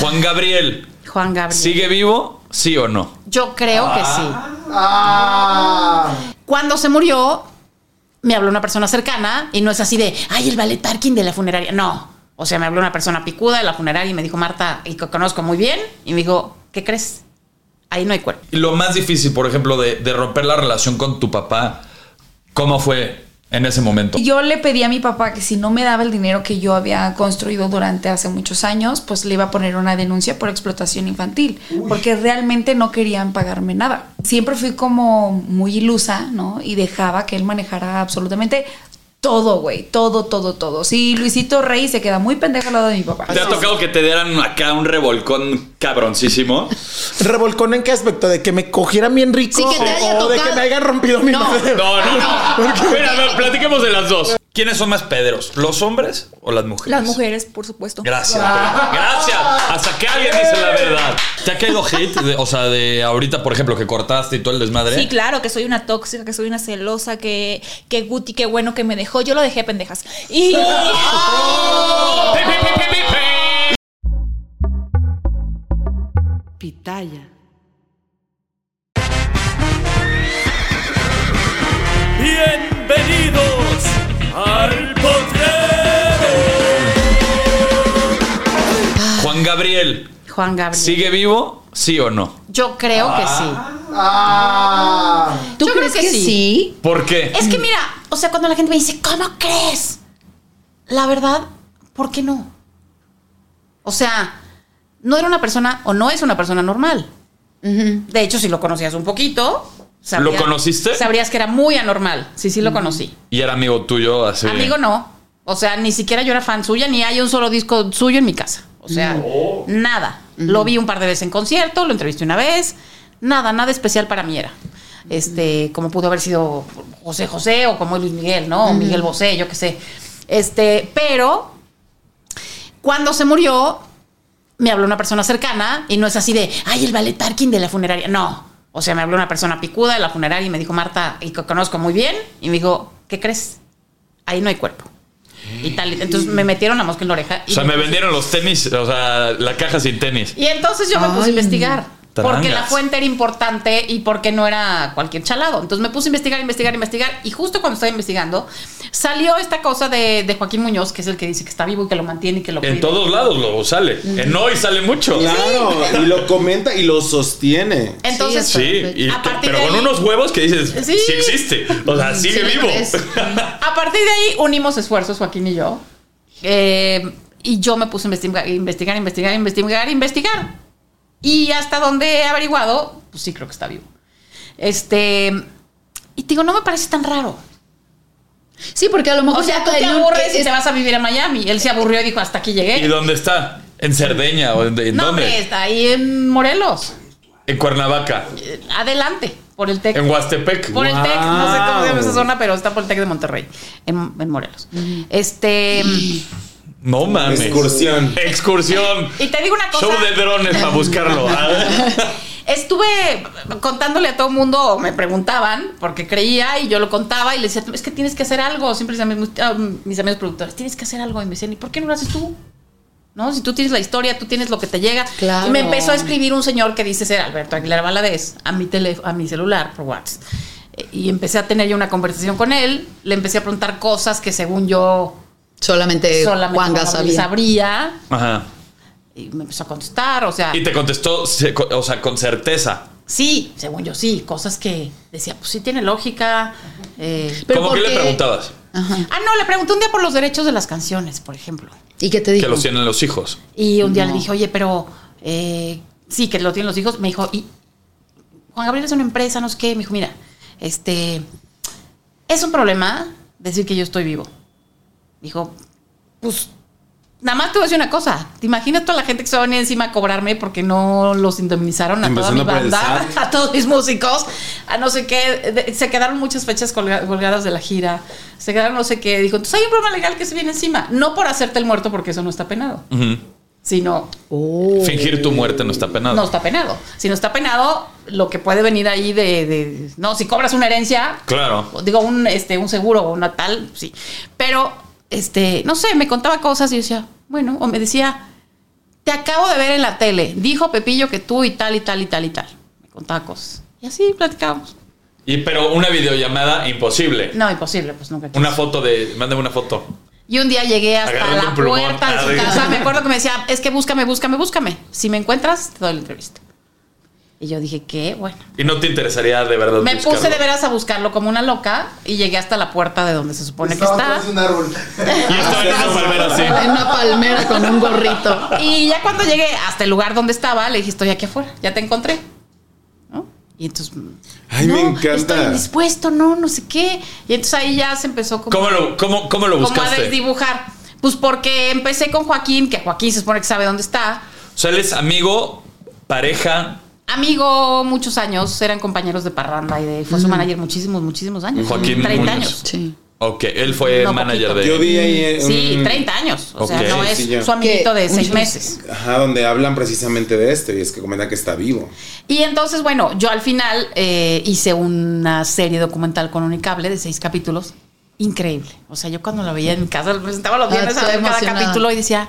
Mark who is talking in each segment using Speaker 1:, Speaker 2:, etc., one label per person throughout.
Speaker 1: Juan Gabriel,
Speaker 2: Juan Gabriel.
Speaker 1: ¿sigue vivo? ¿Sí o no?
Speaker 2: Yo creo que sí. Cuando se murió, me habló una persona cercana y no es así de, ay, el ballet Tarkin de la funeraria. No. O sea, me habló una persona picuda de la funeraria y me dijo, Marta, y que conozco muy bien, y me dijo, ¿qué crees? Ahí no hay cuerpo.
Speaker 1: Y lo más difícil, por ejemplo, de, de romper la relación con tu papá, ¿cómo fue en ese momento?
Speaker 3: Yo le pedí a mi papá que si no me daba el dinero que yo había construido durante hace muchos años, pues le iba a poner una denuncia por explotación infantil, porque realmente no querían pagarme nada. Siempre fui como muy ilusa, ¿no? Y dejaba que él manejara absolutamente todo, güey, todo, todo, todo. Sí, Luisito Rey se queda muy pendejo al lado de mi papá.
Speaker 1: ¿Te ha tocado que te dieran acá un revolcón cabroncísimo?
Speaker 4: ¿Revolcón en qué aspecto? ¿De que me cogieran bien rico?
Speaker 2: Sí, que te haya
Speaker 4: ¿O de que
Speaker 2: tocado.
Speaker 4: me hayan rompido mi
Speaker 2: No.
Speaker 4: madre?
Speaker 1: No, no, no. Espera, a ver, platiquemos de las dos. ¿Quiénes son más pederos? ¿Los hombres o las mujeres?
Speaker 5: Las mujeres, por supuesto.
Speaker 1: Gracias. Gracias. Hasta que alguien dice la verdad. ¿Te ha caído hate? De- o sea, de ahorita, por ejemplo, que cortaste y todo el desmadre.
Speaker 5: Sí, claro, que soy una tóxica, que soy una celosa, que, que Guti, qué bueno que me dejó. Yo lo dejé pendejas. Y.
Speaker 1: Pi, pi, pi, pi, pi, pi.
Speaker 6: Pitaya.
Speaker 7: Bienvenidos al potrero.
Speaker 1: Juan Gabriel,
Speaker 2: Juan Gabriel.
Speaker 1: ¿sigue vivo? ¿Sí o no?
Speaker 2: Yo creo que sí.
Speaker 3: ¿Tú
Speaker 2: Yo creo
Speaker 3: crees
Speaker 2: que
Speaker 3: que,
Speaker 2: sí.
Speaker 3: sí?
Speaker 1: ¿Por qué?
Speaker 2: Es que mira, o sea, cuando la gente me dice, ¿cómo crees? La verdad, ¿por qué no? O sea, no era una persona o no es una persona normal. De hecho, si lo conocías un poquito, sabrías-
Speaker 1: ¿Lo conociste? Mm.
Speaker 2: Sabrías que era muy anormal. Sí, sí lo conocí.
Speaker 1: Y era amigo tuyo, así.
Speaker 2: Amigo no. O sea, ni siquiera yo era fan suya, ni hay un solo disco suyo en mi casa. O sea, nada. Lo vi un par de veces en concierto, lo entrevisté una vez. Nada, nada especial para mí era. Este, como pudo haber sido José José o como Luis Miguel, ¿no? O Miguel Bosé, yo qué sé. Este, pero cuando se murió, me habló una persona cercana y no es así de, ay, el ballet Tarkin de la funeraria. No. O sea, me habló una persona picuda de la funeraria y me dijo, Marta, y que conozco muy bien, y me dijo, ¿qué crees? Ahí no hay cuerpo. Y tal. y- Entonces me metieron la mosca en la oreja. Y
Speaker 1: O sea, me vendieron los tenis, o sea, la caja sin tenis.
Speaker 2: Y entonces yo me puse a
Speaker 3: Ay,
Speaker 2: investigar. Porque la
Speaker 1: trangas.
Speaker 2: fuente era importante y porque no era cualquier chalado. Entonces me puse a investigar, investigar, investigar. Y justo cuando estaba investigando, salió esta cosa de, de Joaquín Muñoz, que es el que dice que está vivo y que lo mantiene y que lo
Speaker 1: En
Speaker 2: cuida.
Speaker 1: todos lados lo sale. En hoy sale mucho.
Speaker 8: Claro, y lo comenta y lo sostiene.
Speaker 2: Entonces,
Speaker 1: Sí, y
Speaker 2: A
Speaker 1: que-
Speaker 2: partir
Speaker 1: pero
Speaker 2: de
Speaker 1: con
Speaker 2: ahí-
Speaker 1: unos huevos que dices, sí,
Speaker 2: Sí.
Speaker 1: existe. O sea, sigue
Speaker 2: Sí,
Speaker 1: vivo.
Speaker 2: es. A partir de ahí unimos esfuerzos, Joaquín y yo. Eh, y yo me puse a investigar, investigar, investigar, investigar, investigar. Y hasta donde he averiguado, pues sí creo que está vivo. Este. Y te digo, no me parece tan raro.
Speaker 3: Sí, porque a lo mejor
Speaker 2: O sea, tú te
Speaker 3: traía un-
Speaker 2: aburres y
Speaker 3: es-
Speaker 2: te vas a vivir a Miami. Él se aburrió y dijo, hasta aquí
Speaker 1: ¿Y
Speaker 2: llegué.
Speaker 1: dónde está? ¿En Cerdeña? ¿O en, en
Speaker 2: No,
Speaker 1: dónde?
Speaker 2: hombre, está ahí en Morelos.
Speaker 1: En Cuernavaca.
Speaker 2: Eh, Adelante, por el TEC.
Speaker 1: En Huastepec.
Speaker 2: Por el TEC, no sé cómo se llama esa zona, pero está por el TEC de Monterrey, en, en Morelos. Este.
Speaker 1: No mames.
Speaker 8: Excursión.
Speaker 1: Excursión.
Speaker 2: Y te digo una cosa.
Speaker 1: Show de drones para buscarlo. Ah.
Speaker 2: Estuve contándole a todo el mundo, o me preguntaban, porque creía y yo lo contaba y le decía, es que tienes que hacer algo. Siempre mis amigos, ah, mis amigos productores, tienes que hacer algo. Y me decían, ¿y por qué no lo haces tú? ¿No? Si tú tienes la historia, tú tienes lo que te llega.
Speaker 3: Claro.
Speaker 2: Y me empezó a escribir un señor que dice ser Alberto Aguilar Valadez a mi, tele- a mi celular por WhatsApp. Eh, Y empecé a tener yo una conversación con él. Le empecé a preguntar cosas que según yo eh,
Speaker 6: Solamente,
Speaker 2: solamente
Speaker 6: Juan
Speaker 2: Juan Gabriel
Speaker 6: Gabriel
Speaker 2: sabría.
Speaker 1: Ajá.
Speaker 2: Y me empezó a contestar, o sea...
Speaker 1: Y te contestó, se- o sea, con certeza.
Speaker 2: Sí, según yo sí, cosas que decía, pues sí tiene lógica. eh.
Speaker 6: Pero
Speaker 1: ¿Cómo que
Speaker 6: porque-
Speaker 1: le preguntabas?
Speaker 2: Ah, no, le pregunté un día por los derechos de las canciones, por ejemplo.
Speaker 6: ¿Y qué te
Speaker 1: Que
Speaker 6: dijo?
Speaker 1: los tienen los hijos.
Speaker 2: Y un día le dije, oye, pero eh, sí, que lo tienen los hijos. Me dijo, y Juan Gabriel es una empresa, no sé qué. Me dijo, mira, este, es un problema decir que yo estoy vivo. Dijo, pues, nada más te voy a decir una cosa. ¿Te imaginas toda la gente que se va a venir encima a cobrarme porque no los indemnizaron a toda mi
Speaker 8: Empezando por el
Speaker 2: banda,
Speaker 8: SAT.
Speaker 2: a todos mis músicos, a no sé qué? De- Se quedaron muchas fechas colga- colgadas de la gira. Se quedaron no sé qué. Dijo, entonces hay un problema legal que se viene encima. No por hacerte el muerto porque eso no está penado,
Speaker 1: Ujú.
Speaker 2: sino
Speaker 1: Fingir tu muerte no está penado.
Speaker 2: no está penado. Si no está penado, lo que puede venir ahí de, de- no, si cobras una herencia,
Speaker 1: Claro.
Speaker 2: digo un este un seguro o una tal, sí. Pero este, no sé, me contaba cosas y yo decía, bueno, o me decía, Te acabo de ver en la tele. Dijo Pepillo que tú y tal y tal y tal y tal. Me contaba cosas. Y así platicábamos.
Speaker 1: Y, pero una videollamada imposible.
Speaker 2: No, imposible, pues nunca. quiso.
Speaker 1: Una foto de. Mándame una foto.
Speaker 2: Y un día llegué hasta
Speaker 1: Agarrando
Speaker 2: la
Speaker 1: un plumón.
Speaker 2: puerta de su
Speaker 1: Ah,
Speaker 2: casa.
Speaker 1: sí.
Speaker 2: Me acuerdo que me decía, es que búscame, búscame, búscame. Si me encuentras, te doy la entrevista. Y yo dije, qué bueno.
Speaker 1: Y no te interesaría de verdad.
Speaker 2: Me
Speaker 1: buscarlo.
Speaker 2: puse de veras a buscarlo como una loca y llegué hasta la puerta de donde se supone que está.
Speaker 9: un árbol.
Speaker 1: Y estaba en una palmera así.
Speaker 6: Ah, En una palmera con un gorrito.
Speaker 2: Y ya cuando llegué hasta el lugar donde estaba, le dije, estoy aquí afuera, ya te encontré. ¿No? Y entonces.
Speaker 8: Ay, me
Speaker 2: "No,
Speaker 8: encanta.
Speaker 2: Estoy indispuesto, no, no sé qué. Y entonces ahí ya se empezó como,
Speaker 1: ¿Cómo lo, cómo, cómo lo
Speaker 2: como a
Speaker 1: buscaste?
Speaker 2: desdibujar. Pues porque empecé con Joaquín, que Joaquín se supone que sabe dónde está.
Speaker 1: O sea, él es amigo, pareja.
Speaker 2: Amigo, muchos años, eran compañeros de parranda y de, fue su manager muchísimos, muchísimos años.
Speaker 1: Joaquín
Speaker 2: 30
Speaker 1: Muñoz.
Speaker 2: años.
Speaker 6: Sí.
Speaker 1: Ok, él fue
Speaker 2: No,
Speaker 1: manager
Speaker 2: poquito.
Speaker 1: de.
Speaker 8: Yo vi ahí. eh,
Speaker 2: Sí,
Speaker 8: un-
Speaker 2: 30 años. O
Speaker 1: Ok.
Speaker 2: sea, no
Speaker 1: Sí,
Speaker 2: es
Speaker 8: sí, ya.
Speaker 2: su amiguito
Speaker 6: Que
Speaker 2: de
Speaker 6: un
Speaker 2: seis
Speaker 6: chis-
Speaker 2: meses.
Speaker 8: Ajá, donde hablan precisamente de este y es que comenta que está vivo.
Speaker 2: Y entonces, bueno, yo al final eh, hice una serie documental con Unicable de seis capítulos. Increíble. O sea, yo cuando la veía en mi casa, lo presentaba los
Speaker 6: Ah,
Speaker 2: viernes a
Speaker 6: estoy
Speaker 2: ver cada
Speaker 6: emocionada.
Speaker 2: capítulo y decía,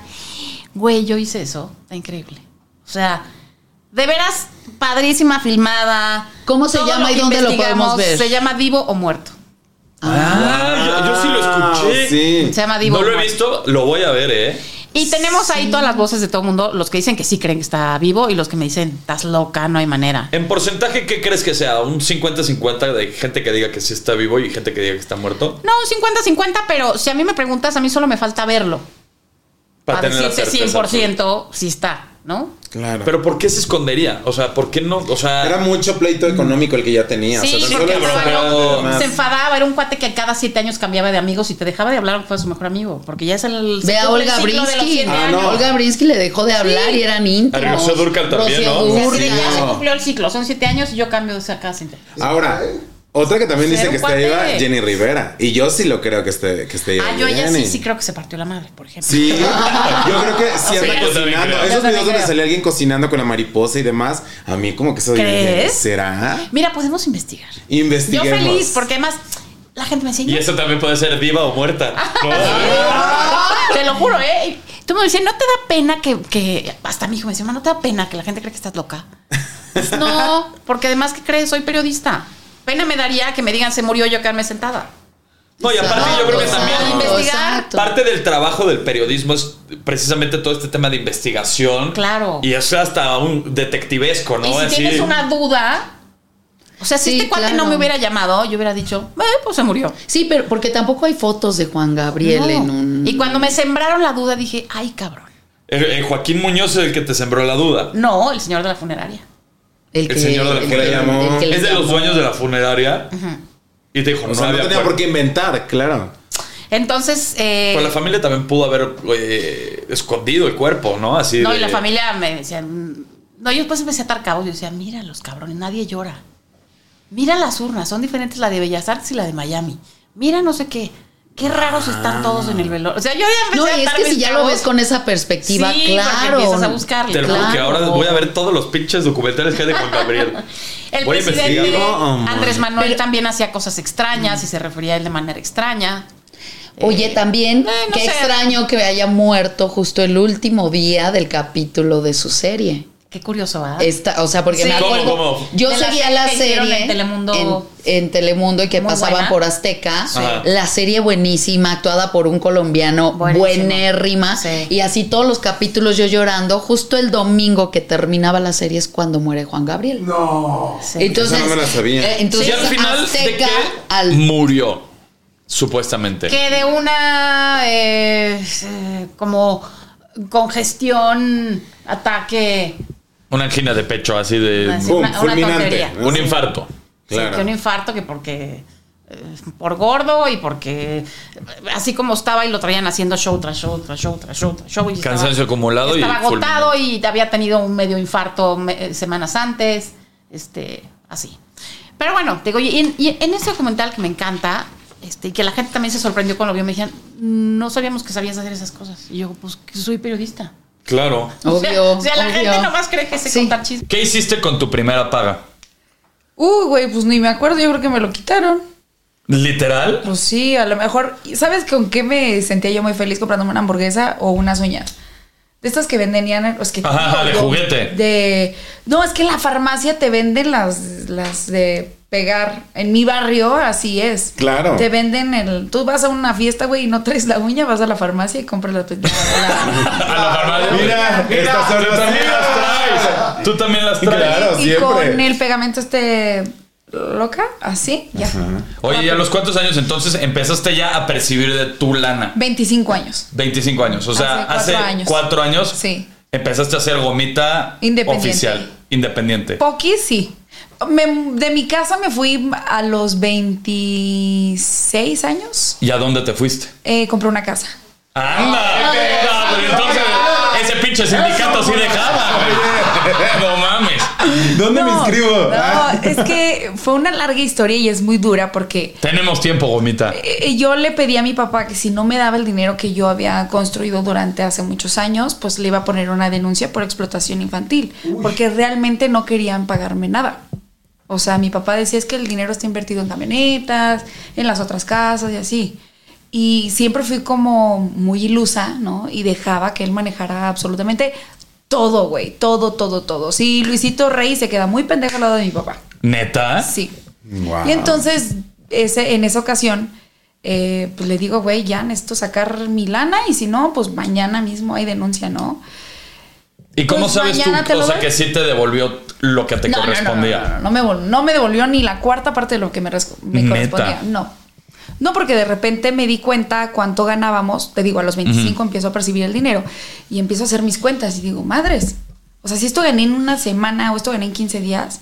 Speaker 2: güey, yo hice eso. Está increíble. O sea, de veras, padrísima filmada.
Speaker 6: ¿Cómo se
Speaker 2: Todo
Speaker 6: llama
Speaker 2: lo
Speaker 6: y
Speaker 2: que
Speaker 6: dónde lo
Speaker 2: investigamos
Speaker 6: podemos ver?
Speaker 2: Se llama Divo o Muerto.
Speaker 1: Ah, yo, yo sí
Speaker 8: Ah,
Speaker 1: lo escuché.
Speaker 8: Sí.
Speaker 2: Se llama Divo
Speaker 1: No
Speaker 2: o
Speaker 1: lo he
Speaker 2: Muerto.
Speaker 1: visto, lo voy a ver, ¿eh?
Speaker 2: Y tenemos ahí todas las voces de todo el mundo, los que dicen que sí creen que está vivo y los que me dicen, estás loca, no hay manera.
Speaker 1: En porcentaje, ¿qué crees que sea? ¿Un 50-50 de gente que diga que sí está vivo y gente que diga que está muerto?
Speaker 2: No, un 50-50, pero si a mí me preguntas, a mí solo me falta verlo. Para, decirte
Speaker 8: pues.
Speaker 2: 100% si está, ¿no?
Speaker 8: Claro.
Speaker 1: Pero ¿por qué se escondería? O sea, ¿por qué no? O sea,
Speaker 8: Era mucho pleito económico el que ya tenía.
Speaker 2: Sí,
Speaker 8: o sea, tan
Speaker 2: porque
Speaker 8: solo
Speaker 2: el
Speaker 8: el
Speaker 2: suegro
Speaker 8: abogado y demás.
Speaker 2: se enfadaba, era un cuate que cada siete años cambiaba de amigos y te dejaba de hablar aunque fuera su mejor amigo, porque ya es el,
Speaker 6: Ve
Speaker 2: se
Speaker 6: a
Speaker 2: cumple el
Speaker 6: Olga
Speaker 2: ciclo de los
Speaker 6: Brinsky.
Speaker 2: siete
Speaker 8: Ah,
Speaker 2: años.
Speaker 8: no.
Speaker 6: Olga Brinsky le dejó de hablar y eran íntimos.
Speaker 1: A Rocío Dúrcal también,
Speaker 6: Rocío
Speaker 1: ¿no?
Speaker 2: Así de,
Speaker 6: Dúrcal.
Speaker 2: ya se
Speaker 8: no.
Speaker 2: cumplió el ciclo, son siete años y yo cambio de esa casa.
Speaker 8: Ahora, otra que
Speaker 2: Ser
Speaker 8: también dice
Speaker 2: un
Speaker 8: que está
Speaker 2: cuate.
Speaker 8: viva, Jenny Rivera. Y yo sí lo creo que esté, que esté viva.
Speaker 2: Ah, yo ella sí,
Speaker 8: Jenny.
Speaker 2: sí creo que se partió la madre, por ejemplo.
Speaker 8: ¿eh? Sí, yo creo que si
Speaker 1: O sea, yo
Speaker 8: anda
Speaker 1: también creo.
Speaker 8: cocinando.
Speaker 2: Yo
Speaker 8: Esos
Speaker 2: también
Speaker 8: videos donde
Speaker 2: creo.
Speaker 8: sale alguien cocinando con la mariposa y demás, a mí como que eso
Speaker 2: ¿Crees?
Speaker 8: ¿Será?
Speaker 2: Mira, podemos investigar. Yo
Speaker 8: Investiguemos.
Speaker 2: feliz, porque además la gente me decía,
Speaker 1: y
Speaker 2: "No,
Speaker 1: eso también puede ser viva o muerta. ¿no?
Speaker 2: Te lo juro, ¿eh? Tú me dices, ¿no te da pena que, que- Hasta mi hijo me dice, "Ma, ¿no te da pena que la gente cree que estás loca? Pues, no, porque además, ¿qué crees? Soy periodista. Pena me daría que me digan, se murió yo quedarme sentada.
Speaker 1: No, y aparte yo creo que
Speaker 6: Exacto,
Speaker 1: también...
Speaker 2: investigar.
Speaker 6: exacto.
Speaker 1: Parte del trabajo del periodismo es precisamente todo este tema de investigación.
Speaker 2: Claro.
Speaker 1: Y es hasta un detectivesco, ¿no?
Speaker 2: y si
Speaker 1: Así.
Speaker 2: tienes una duda... O sea, si
Speaker 6: Sí,
Speaker 2: este cuate
Speaker 6: claro.
Speaker 2: no me hubiera llamado, yo hubiera dicho, "Eh, pues se murió.
Speaker 6: Sí, pero porque tampoco hay fotos de Juan Gabriel
Speaker 2: No.
Speaker 6: en un.
Speaker 2: Y cuando me sembraron la duda, dije, ay, cabrón.
Speaker 1: El- el Eh, Joaquín Muñoz es el que te sembró la duda.
Speaker 2: No, el señor de la funeraria.
Speaker 1: el señor de la
Speaker 6: el
Speaker 1: que le
Speaker 8: llamó.
Speaker 6: el que le
Speaker 1: Es de los
Speaker 6: llamó.
Speaker 1: dueños de la funeraria. Y te dijo, no,
Speaker 8: O sea, no
Speaker 1: había
Speaker 8: tenía
Speaker 1: acuerdo.
Speaker 8: por qué inventar, claro.
Speaker 2: Entonces... eh,
Speaker 1: Pero Pues la familia también pudo haber eh, escondido el cuerpo, ¿no? Así
Speaker 2: No,
Speaker 1: de-
Speaker 2: y la familia me decían. No, yo después empecé a atar cabos. Yo decía, mira los cabrones, nadie llora. Mira las urnas, son diferentes la de Bellas Artes y la de Miami. Mira no sé qué. Qué raros están todos en el velorio. O sea, yo ya
Speaker 6: No,
Speaker 2: empecé a
Speaker 6: y es
Speaker 2: atar
Speaker 6: que
Speaker 2: mis
Speaker 6: si ya lo
Speaker 2: cabos.
Speaker 6: ves con esa perspectiva,
Speaker 2: Sí, porque
Speaker 6: claro.
Speaker 2: empiezas a buscarle,
Speaker 1: Te lo juro que
Speaker 6: claro.
Speaker 1: ahora voy a ver todos los pinches documentales que hay de Juan Gabriel.
Speaker 2: El
Speaker 1: voy a
Speaker 2: presidente
Speaker 1: investigar. um,
Speaker 8: investigarlo.
Speaker 2: Andrés Manuel también hacía cosas
Speaker 6: Mm.
Speaker 2: extrañas y se refería a él de manera extraña.
Speaker 6: Oye, también,
Speaker 2: eh, no
Speaker 6: qué
Speaker 2: sé.
Speaker 6: extraño que haya muerto justo el último día del capítulo de su serie.
Speaker 2: Qué curioso, ¿verdad?
Speaker 6: Esta, o sea, porque
Speaker 2: Ah. Sí.
Speaker 6: me
Speaker 1: ¿Cómo,
Speaker 6: acuerdo.
Speaker 1: cómo?
Speaker 6: Yo
Speaker 2: De la
Speaker 6: seguía
Speaker 2: serie
Speaker 6: la
Speaker 2: que hicieron
Speaker 6: serie
Speaker 2: en Telemundo.
Speaker 6: en- en Telemundo y que
Speaker 2: Muy
Speaker 6: pasaban
Speaker 2: buena.
Speaker 6: por Azteca.
Speaker 1: Sí.
Speaker 6: La serie buenísima, actuada por un colombiano
Speaker 2: Buenísimo.
Speaker 6: buenérrima.
Speaker 2: Sí.
Speaker 6: Y así todos los capítulos yo llorando. Justo el domingo que terminaba la serie es cuando muere Juan Gabriel.
Speaker 9: No.
Speaker 2: Sí.
Speaker 6: Entonces,
Speaker 8: Esa no me la sabía.
Speaker 6: eh, entonces
Speaker 1: y al final, ¿de
Speaker 6: Azteca
Speaker 1: qué
Speaker 6: al
Speaker 1: murió? Supuestamente.
Speaker 2: que de una eh, eh, como congestión, ataque,
Speaker 1: Una angina de pecho, así de.
Speaker 6: Ah,
Speaker 2: así,
Speaker 8: Boom,
Speaker 2: una, una
Speaker 8: fulminante.
Speaker 2: tontería.
Speaker 1: Un infarto.
Speaker 2: Sí,
Speaker 8: Claro.
Speaker 2: que un infarto que porque eh, por gordo y porque eh, así como estaba y lo traían haciendo show tras show tras show tras show tras show y estaba-
Speaker 1: Cansancio acumulado y
Speaker 2: estaba agotado
Speaker 1: fulminante.
Speaker 2: y había tenido un medio infarto me- eh, semanas antes este así pero bueno te digo y en, y en ese documental que me encanta este, y que la gente también se sorprendió cuando lo vio me dijeron no sabíamos que sabías hacer esas cosas y yo pues que soy periodista
Speaker 1: Claro.
Speaker 2: O sea-
Speaker 6: Obvio.
Speaker 2: o sea, la
Speaker 6: obvio.
Speaker 2: gente nomás cree que se
Speaker 6: Sí.
Speaker 2: contar chismes
Speaker 1: ¿Qué hiciste con tu primera paga?
Speaker 3: Uy, güey, pues ni me acuerdo, yo creo que me lo quitaron.
Speaker 1: ¿Literal?
Speaker 3: Pues sí, a lo mejor. ¿Sabes con qué me sentía yo muy feliz comprándome una hamburguesa o unas uñas? De estas que venden ya en- los que
Speaker 1: Ajá, de
Speaker 3: yo-
Speaker 1: juguete.
Speaker 3: De no, es que en la farmacia te venden las las de pegar en mi barrio, así es.
Speaker 8: Claro.
Speaker 3: Te venden el tú vas a una fiesta, güey, y no traes la uña, vas a la farmacia y compras la, la-
Speaker 1: A la farmacia.
Speaker 8: Mira, estas son
Speaker 1: Tú
Speaker 8: las
Speaker 1: también las traes. Tú también las traes.
Speaker 8: Claro,
Speaker 3: y
Speaker 8: siempre.
Speaker 3: con el pegamento este loca, así, ya.
Speaker 1: Oye, ¿y a los cuántos años entonces empezaste ya a percibir de tu lana?
Speaker 3: 25 años.
Speaker 1: 25 años. O sea, hace
Speaker 3: Hace cuatro
Speaker 1: cuatro años,
Speaker 3: años. Sí.
Speaker 1: empezaste a hacer gomita
Speaker 3: Independiente.
Speaker 1: oficial, independiente.
Speaker 3: Pocky sí. Me- de mi casa me fui a los 26 años.
Speaker 1: ¿Y a dónde te fuiste?
Speaker 3: Eh, compré una casa.
Speaker 1: ¡Anda! No, pero entonces ese pinche sindicato sí dejaba, güey. No mames.
Speaker 8: ¿Dónde me
Speaker 3: No,
Speaker 8: inscribo?
Speaker 3: No,
Speaker 8: Ah.
Speaker 3: es que fue una larga historia y es muy dura porque
Speaker 1: Tenemos tiempo, gomita.
Speaker 3: eh, yo le pedí a mi papá que si no me daba el dinero que yo había construido durante hace muchos años, pues le iba a poner una denuncia por explotación infantil, porque realmente no querían pagarme nada. O sea, mi papá decía es que el dinero está invertido en camionetas, en las otras casas y así. Y siempre fui como muy ilusa, ¿no? Y dejaba que él manejara absolutamente todo, güey, todo, todo, todo. Sí, Luisito Rey se queda muy pendejo al lado de mi papá.
Speaker 1: ¿Neta?
Speaker 3: Sí.
Speaker 8: Wow.
Speaker 3: Y entonces, ese, en esa ocasión, eh, pues le digo, güey, ya necesito sacar mi lana y si no, pues mañana mismo hay denuncia, ¿no?
Speaker 1: ¿Y cómo
Speaker 3: Pues
Speaker 1: sabes tú,
Speaker 3: mañana te
Speaker 1: o
Speaker 3: lo
Speaker 1: sea,
Speaker 3: doy.
Speaker 1: que sí te devolvió lo que te
Speaker 3: no, no, no, no,
Speaker 1: correspondía?
Speaker 3: no, no, no me, vol- no me devolvió ni la cuarta parte de lo que me, res- me
Speaker 1: Neta.
Speaker 3: correspondía. No. No, porque de repente me di cuenta cuánto ganábamos. Te digo, a los 25 empiezo a percibir el dinero y empiezo a hacer mis cuentas y digo, madres. O sea, si esto gané en una semana o esto gané en 15 días,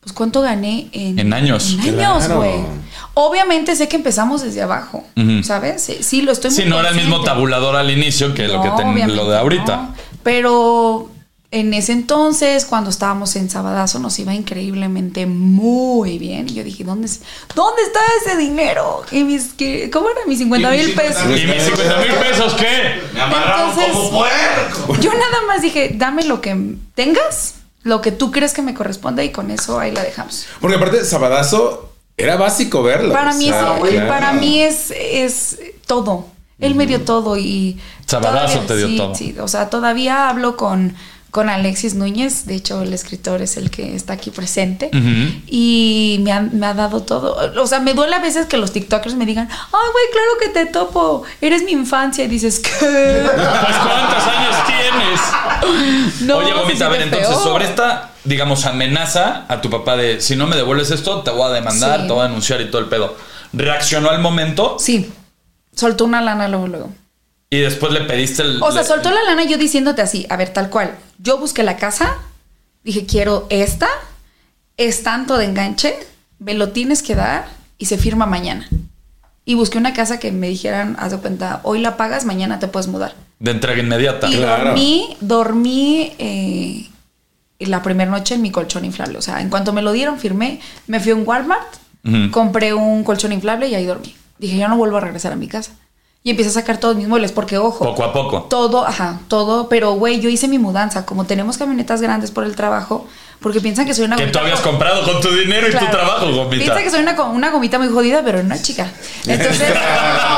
Speaker 3: pues cuánto gané en,
Speaker 1: En años.
Speaker 3: En años,
Speaker 8: Claro.
Speaker 3: güey. Obviamente sé que empezamos desde abajo,
Speaker 1: Ujú.
Speaker 3: ¿sabes? Sí, sí, lo estoy
Speaker 1: Sí,
Speaker 3: muy
Speaker 1: no era el mismo
Speaker 3: consciente.
Speaker 1: tabulador al inicio que lo que
Speaker 3: No,
Speaker 1: ten-
Speaker 3: obviamente
Speaker 1: lo de ahorita.
Speaker 3: no. Pero en ese entonces, cuando estábamos en Sabadazo, nos iba increíblemente muy bien. Y yo dije, ¿dónde, es- ¿dónde está ese dinero? Y mis, que- ¿Cómo eran mis 50 mil pesos?
Speaker 1: ¿Y mis 50 mil pesos qué?
Speaker 3: Entonces, yo nada más dije, dame lo que tengas, lo que tú crees que me corresponde y con eso ahí la dejamos.
Speaker 8: Porque aparte, Sabadazo era básico verlo.
Speaker 3: Para mí,
Speaker 8: o sea,
Speaker 3: es, eh,
Speaker 8: claro.
Speaker 3: para mí es, es todo. Él me dio todo y...
Speaker 1: Sabadazo
Speaker 3: todavía-
Speaker 1: te dio
Speaker 3: sí,
Speaker 1: todo.
Speaker 3: sí, o sea, todavía hablo con, con Alexis Núñez, de hecho el escritor es el que está aquí presente
Speaker 1: Ujú.
Speaker 3: y me ha, me ha dado todo. O sea, me duele a veces que los TikTokers me digan, ay, güey, claro que te topo, eres mi infancia y dices, ¿qué?
Speaker 1: Pues cuántos años tienes.
Speaker 3: No,
Speaker 1: Oye,
Speaker 3: se siente
Speaker 1: Gomita, a ver, entonces,
Speaker 3: peor.
Speaker 1: sobre esta, digamos, amenaza a tu papá de si no me devuelves esto, te voy a demandar,
Speaker 3: Sí.
Speaker 1: te voy a denunciar y todo el pedo. Reaccionó al momento
Speaker 3: Sí, soltó una lana luego, luego.
Speaker 1: y después le pediste el.
Speaker 3: O sea,
Speaker 1: le-
Speaker 3: soltó la lana yo diciéndote así, a ver, tal cual. Yo busqué la casa, dije, quiero esta, es tanto de enganche, me lo tienes que dar y se firma mañana. Y busqué una casa que me dijeran, haz de cuenta, hoy la pagas, mañana te puedes mudar.
Speaker 1: De entrega inmediata.
Speaker 3: Y
Speaker 8: Claro.
Speaker 3: dormí, dormí eh, la primera noche en mi colchón inflable. O sea, en cuanto me lo dieron, firmé, me fui a un Walmart,
Speaker 1: Ujú.
Speaker 3: compré un colchón inflable y ahí dormí. Dije, yo no vuelvo a regresar a mi casa. Y empecé a sacar todos mis muebles, porque ojo.
Speaker 1: Poco a poco.
Speaker 3: Todo, ajá, todo. Pero, güey, yo hice mi mudanza. Como tenemos camionetas grandes por el trabajo, porque piensan que soy una
Speaker 1: Que tú
Speaker 3: gomita-
Speaker 1: habías comprado con tu dinero y tu
Speaker 3: Claro.
Speaker 1: trabajo, Gomita.
Speaker 3: Piensa que soy una, co- una gomita muy jodida, pero una chica. Entonces,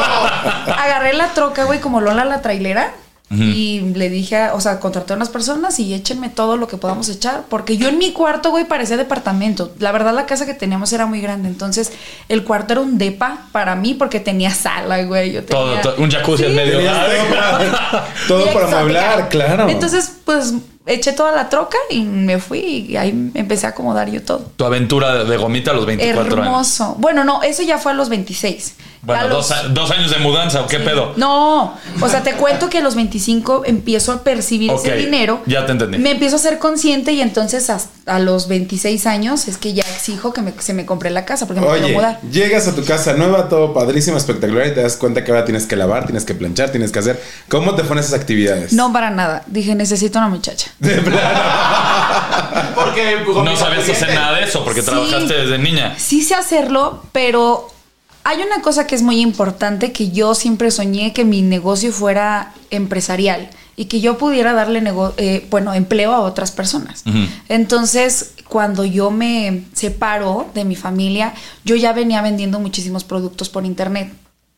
Speaker 3: agarré la troca, güey, como Lola la trailera. Y le dije, a- o sea, contraté a unas personas y échenme todo lo que podamos echar. Porque yo en mi cuarto, güey, parecía departamento. La verdad, la casa que teníamos era muy grande. Entonces, el cuarto era un depa para mí porque tenía sala, güey. Yo
Speaker 1: Todo,
Speaker 3: tenía-
Speaker 1: todo, un jacuzzi en
Speaker 3: Sí,
Speaker 1: medio.
Speaker 8: Tenías
Speaker 1: Ay,
Speaker 8: todo para- todo
Speaker 3: Muy
Speaker 8: para
Speaker 3: exótica.
Speaker 8: hablar, claro.
Speaker 3: Entonces, pues eché toda la troca y me fui y ahí me empecé a acomodar yo todo.
Speaker 1: Tu aventura de, de Gomita a los 24 años.
Speaker 3: Hermoso. Bueno, no, eso ya fue a los 26.
Speaker 1: Bueno,
Speaker 3: Ya a los-
Speaker 1: dos, a- dos años de mudanza, ¿o qué pedo?
Speaker 3: No, o sea, te cuento que a los 25 empiezo a percibir
Speaker 1: Ok,
Speaker 3: ese dinero.
Speaker 1: ya te entendí.
Speaker 3: Me empiezo a ser consciente y entonces hasta a los 26 años es que ya exijo que me- se me compre la casa porque me quiero
Speaker 8: Oye,
Speaker 3: mudar.
Speaker 8: llegas a tu casa nueva, todo padrísimo, espectacular, y te das cuenta que ahora tienes que lavar, tienes que planchar, tienes que hacer. ¿Cómo te pones esas actividades?
Speaker 3: No, para nada. Dije, necesito una muchacha.
Speaker 8: De plano.
Speaker 9: Porque
Speaker 1: No sabías hacer nada de eso porque
Speaker 3: Sí.
Speaker 1: trabajaste desde niña.
Speaker 3: Sí sé hacerlo, pero hay una cosa que es muy importante que yo siempre soñé que mi negocio fuera empresarial y que yo pudiera darle nego- eh, bueno, empleo a otras personas.
Speaker 1: Ujú.
Speaker 3: Entonces, cuando yo me separo de mi familia, yo ya venía vendiendo muchísimos productos por internet.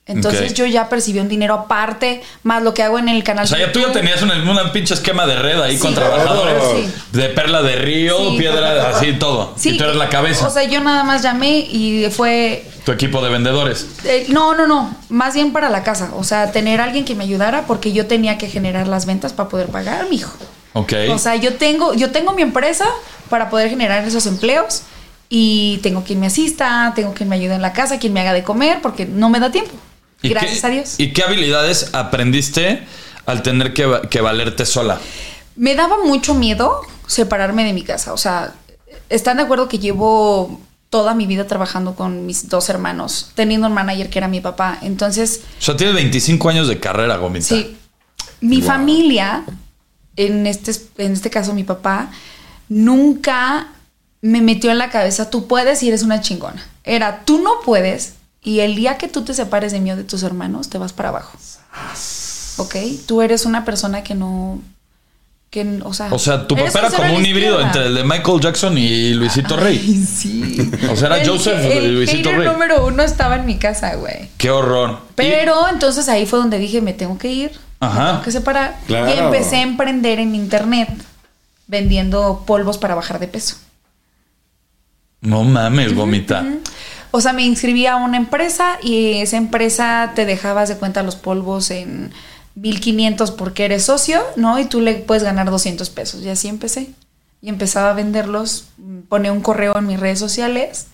Speaker 3: Entonces
Speaker 1: Ok.
Speaker 3: yo ya percibí un dinero aparte, más lo que hago en el canal.
Speaker 1: O sea,
Speaker 3: de
Speaker 1: ya tú ya
Speaker 3: YouTube.
Speaker 1: tenías un, un pinche esquema de red ahí con
Speaker 3: Sí.
Speaker 1: trabajadores
Speaker 3: Sí.
Speaker 1: de perla de río,
Speaker 3: Sí,
Speaker 1: piedra,
Speaker 3: papá, papá.
Speaker 1: así todo.
Speaker 3: Sí,
Speaker 1: y tú eres la cabeza,
Speaker 3: O sea, yo nada más llamé y fue
Speaker 1: tu equipo de vendedores.
Speaker 3: Eh, no, no, no. Más bien para la casa. O sea, tener alguien que me ayudara porque yo tenía que generar las ventas para poder pagar, mijo.
Speaker 1: Ok.
Speaker 3: O sea, yo tengo, yo tengo mi empresa para poder generar esos empleos y tengo quien me asista, tengo quien me ayude en la casa, quien me haga de comer porque no me da tiempo.
Speaker 1: ¿Y
Speaker 3: Gracias
Speaker 1: qué-
Speaker 3: a Dios.
Speaker 1: ¿Y qué habilidades aprendiste al tener que, va- que valerte sola?
Speaker 3: Me daba mucho miedo separarme de mi casa. O sea, están de acuerdo que llevo toda mi vida trabajando con mis dos hermanos, teniendo un manager que era mi papá. Entonces,
Speaker 1: O sea, tienes 25 años de carrera, Gomita.
Speaker 3: Sí. Mi familia, en este, en este caso mi papá, nunca me metió en la cabeza, tú puedes y eres una chingona. Era, tú no puedes y el día que tú te separes de mí o de tus hermanos, te vas para abajo. ¿Ok? Tú eres una persona que no... Que, n- o, sea,
Speaker 1: O sea, tu
Speaker 3: eres
Speaker 1: papá era
Speaker 3: cero a
Speaker 1: como
Speaker 3: la
Speaker 1: un híbrido
Speaker 3: izquierda.
Speaker 1: entre el de Michael Jackson y Luisito Rey.
Speaker 3: Sí.
Speaker 1: O sea, era
Speaker 3: El-
Speaker 1: Joseph de
Speaker 3: el
Speaker 1: Luisito
Speaker 3: hater
Speaker 1: Rey.
Speaker 3: número uno estaba en mi casa, güey.
Speaker 1: Qué horror. Y-
Speaker 3: Pero entonces ahí fue donde dije, me tengo que ir,
Speaker 1: Ajá.
Speaker 3: me tengo que separar.
Speaker 8: Claro.
Speaker 3: Y empecé a emprender en internet vendiendo polvos para bajar de peso.
Speaker 1: no mames, Gomita.
Speaker 3: O sea, me inscribí a una empresa y esa empresa te dejabas de cuenta los polvos en 1500 porque eres socio, ¿no? Y tú le puedes ganar 200 pesos. Y así empecé. Y empezaba a venderlos, mm, ponía un correo en mis redes sociales,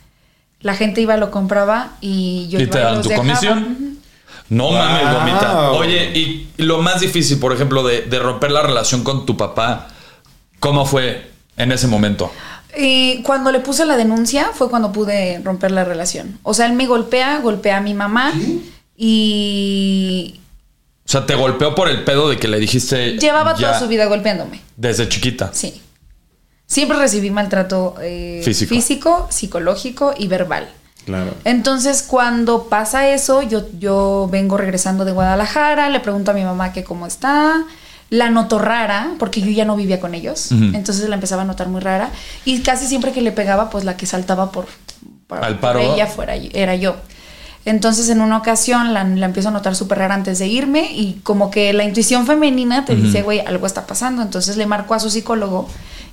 Speaker 3: la gente iba, lo compraba y yo
Speaker 1: y
Speaker 3: iba
Speaker 1: te
Speaker 3: y
Speaker 1: dan
Speaker 3: los
Speaker 1: tu
Speaker 3: dejaba. Ujú.
Speaker 1: comisión. No
Speaker 8: Wow.
Speaker 1: mames, Gomita. Oye, y lo más difícil, por ejemplo, de, de romper la relación con tu papá, ¿cómo fue en ese momento?
Speaker 3: Eh, cuando le puse la denuncia fue cuando pude romper la relación. O sea, él me golpea, golpea a mi mamá y
Speaker 1: O sea, te golpeó por el pedo de que le dijiste.
Speaker 3: llevaba
Speaker 1: Eh, ya
Speaker 3: toda su vida golpeándome.
Speaker 1: Desde chiquita.
Speaker 3: Sí. Siempre recibí maltrato eh,
Speaker 1: Físico.
Speaker 3: físico, psicológico y verbal.
Speaker 8: Claro.
Speaker 3: Entonces, cuando pasa eso, yo, yo vengo regresando de Guadalajara, le pregunto a mi mamá que cómo está. La noto rara, porque yo ya no vivía con ellos.
Speaker 1: Ujú.
Speaker 3: Entonces la empezaba a notar muy rara. Y casi siempre que le pegaba, pues la que saltaba por, por-
Speaker 1: Al
Speaker 3: por
Speaker 1: paro.
Speaker 3: ella fuera, era yo. Entonces, en una ocasión, la, la empiezo a notar súper rara antes de irme. Y como que la intuición femenina te dice, güey, algo está pasando. Entonces le marco a su psicólogo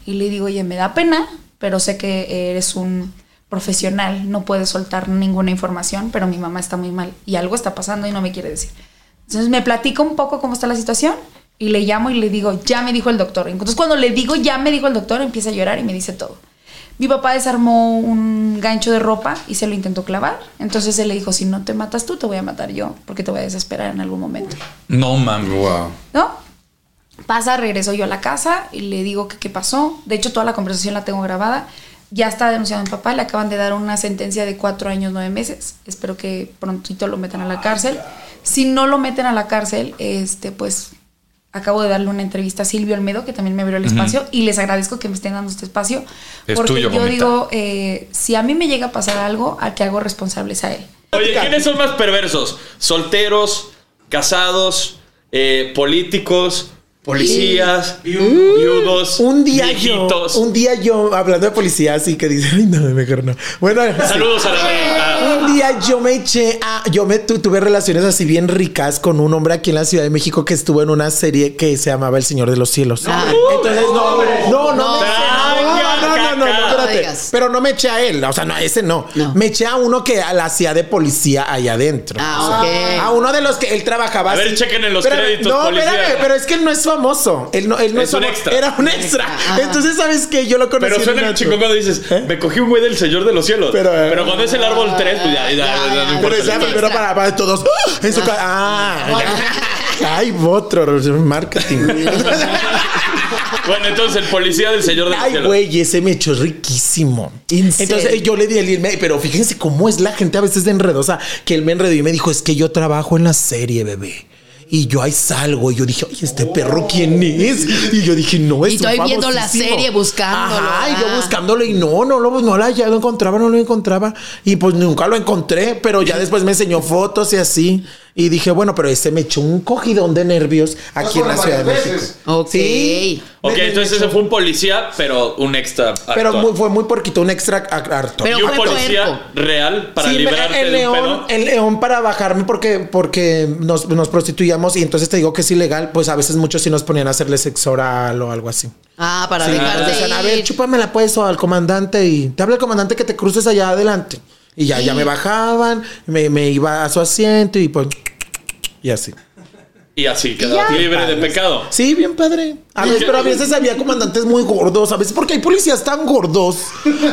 Speaker 3: y le digo, oye, me da pena, pero sé que eres un profesional, no puedes soltar ninguna información, pero mi mamá está muy mal y algo está pasando y no me quiere decir. Entonces me platica un poco cómo está la situación y le llamo y le digo, ya me dijo el doctor. Entonces cuando le digo, ya me dijo el doctor, empieza a llorar y me dice todo. Mi papá desarmó un gancho de ropa y se lo intentó clavar. Entonces él le dijo, si no te matas tú, te voy a matar yo, porque te voy a desesperar en algún momento.
Speaker 1: No mames.
Speaker 8: Wow.
Speaker 3: ¿no? Pasa, regreso yo a la casa y le digo que qué pasó. De hecho, toda la conversación la tengo grabada. Ya está denunciado mi papá, le acaban de dar una sentencia de cuatro años, nueve meses. Espero que prontito lo metan a la cárcel. Si no lo meten a la cárcel, este, pues acabo de darle una entrevista a Silvio Almedo, que también me abrió el espacio, y les agradezco que me estén dando este espacio,
Speaker 1: Es
Speaker 3: porque
Speaker 1: tuyo,
Speaker 3: yo
Speaker 1: Gomita.
Speaker 3: digo, eh, si a mí me llega a pasar algo, al que hago responsables a él.
Speaker 1: Oye, ¿quiénes son más perversos? Solteros, casados, eh, políticos, policías, viudos,
Speaker 4: Un día
Speaker 1: viejitos.
Speaker 4: yo, un día yo, hablando de policía, así que dice, ay, no, mejor no. Bueno,
Speaker 1: Saludos a la. a-
Speaker 4: Un día yo me eché a. Yo me tu- tuve relaciones así bien ricas con un hombre aquí en la Ciudad de México que estuvo en una serie que se llamaba El Señor de los Cielos.
Speaker 6: Ah.
Speaker 4: Ah, Entonces, no, no, no, no, me eché-
Speaker 1: Venga,
Speaker 4: no, no, no, no,
Speaker 1: caca.
Speaker 4: espérate.
Speaker 6: No digas.
Speaker 4: Pero no me eché a él, o sea, no, a ese no.
Speaker 6: No.
Speaker 4: Me eché a uno que la hacía de policía allá adentro.
Speaker 6: Ah,
Speaker 4: O sea,
Speaker 6: ok.
Speaker 4: A uno de los que él trabajaba.
Speaker 1: A ver,
Speaker 4: así.
Speaker 1: chequen en los
Speaker 4: Espérame,
Speaker 1: créditos,
Speaker 4: No,
Speaker 1: policía.
Speaker 4: espérame, pero es que él no es famoso. Él no, él no
Speaker 1: Es
Speaker 4: es,
Speaker 1: un
Speaker 4: famoso.
Speaker 1: extra.
Speaker 4: Era un extra.
Speaker 6: Ajá.
Speaker 4: Entonces, ¿sabes qué? Yo lo conocí.
Speaker 1: Pero
Speaker 4: en
Speaker 1: suena
Speaker 4: un
Speaker 1: el
Speaker 4: antro.
Speaker 1: chico cuando dices,
Speaker 3: Uh.
Speaker 4: ¿Eh?
Speaker 1: me cogí un güey del Señor de los Cielos. Pero,
Speaker 4: Pero, eh,
Speaker 1: cuando es el árbol 3, pues ya, ya, ya,
Speaker 6: ya,
Speaker 1: ya, no
Speaker 6: ya.
Speaker 1: importa.
Speaker 4: Pero esa primero para, para todos. ¡Ah! En su ca- ah, ay, otro marketing.
Speaker 1: Bueno, entonces el policía del Señor de los
Speaker 4: Ay,
Speaker 1: Cielos.
Speaker 4: güey, ese me echó riquísimo. Entonces yo le di el email, E, pero fíjense cómo es la gente a veces de enredosa, que él me enredó y me dijo, es que yo trabajo en la serie, bebé. Y yo ahí salgo y yo dije, oye, ¿este perro quién es? Y yo dije, no, es
Speaker 6: Y
Speaker 4: un
Speaker 6: estoy viendo la
Speaker 4: famosísimo".
Speaker 6: serie, buscándolo,
Speaker 4: Ajá, y yo
Speaker 6: ah.
Speaker 4: buscándolo y no, no lo, no la, ya lo encontraba, no lo encontraba. Y pues nunca lo encontré, pero ya después me enseñó fotos y así. Y dije, bueno, pero ese me echó un cogidón de nervios aquí en la
Speaker 9: fueron
Speaker 4: Ciudad de
Speaker 9: varias
Speaker 4: México.
Speaker 9: veces.
Speaker 6: Ok.
Speaker 4: Sí.
Speaker 1: Ok, entonces ese fue un policía, pero un extra.
Speaker 4: Pero
Speaker 1: actor.
Speaker 4: muy- fue muy porquito, un extra harto.
Speaker 6: Pero
Speaker 1: y un
Speaker 6: fue
Speaker 1: policía
Speaker 6: puerco.
Speaker 1: real para
Speaker 4: Sí, me-
Speaker 1: liberarte
Speaker 4: el
Speaker 1: de un
Speaker 4: león, eh,
Speaker 1: pedo.
Speaker 4: el león para bajarme porque, porque nos, nos prostituíamos y entonces te digo que es ilegal, pues a veces muchos sí nos ponían a hacerle sexo oral o algo así.
Speaker 6: Ah, para
Speaker 1: Sí,
Speaker 6: dejar
Speaker 1: claro.
Speaker 6: de
Speaker 4: Decían, a ver,
Speaker 6: ir.
Speaker 4: chúpamela pues o al comandante y te habla el comandante que te cruces allá adelante. Y ya, ya me bajaban, me, me iba a su asiento y pues... Y así.
Speaker 1: Y así quedaba libre de pecado.
Speaker 4: Sí, bien padre. A veces, pero a veces había comandantes muy gordos, a veces porque hay policías tan gordos.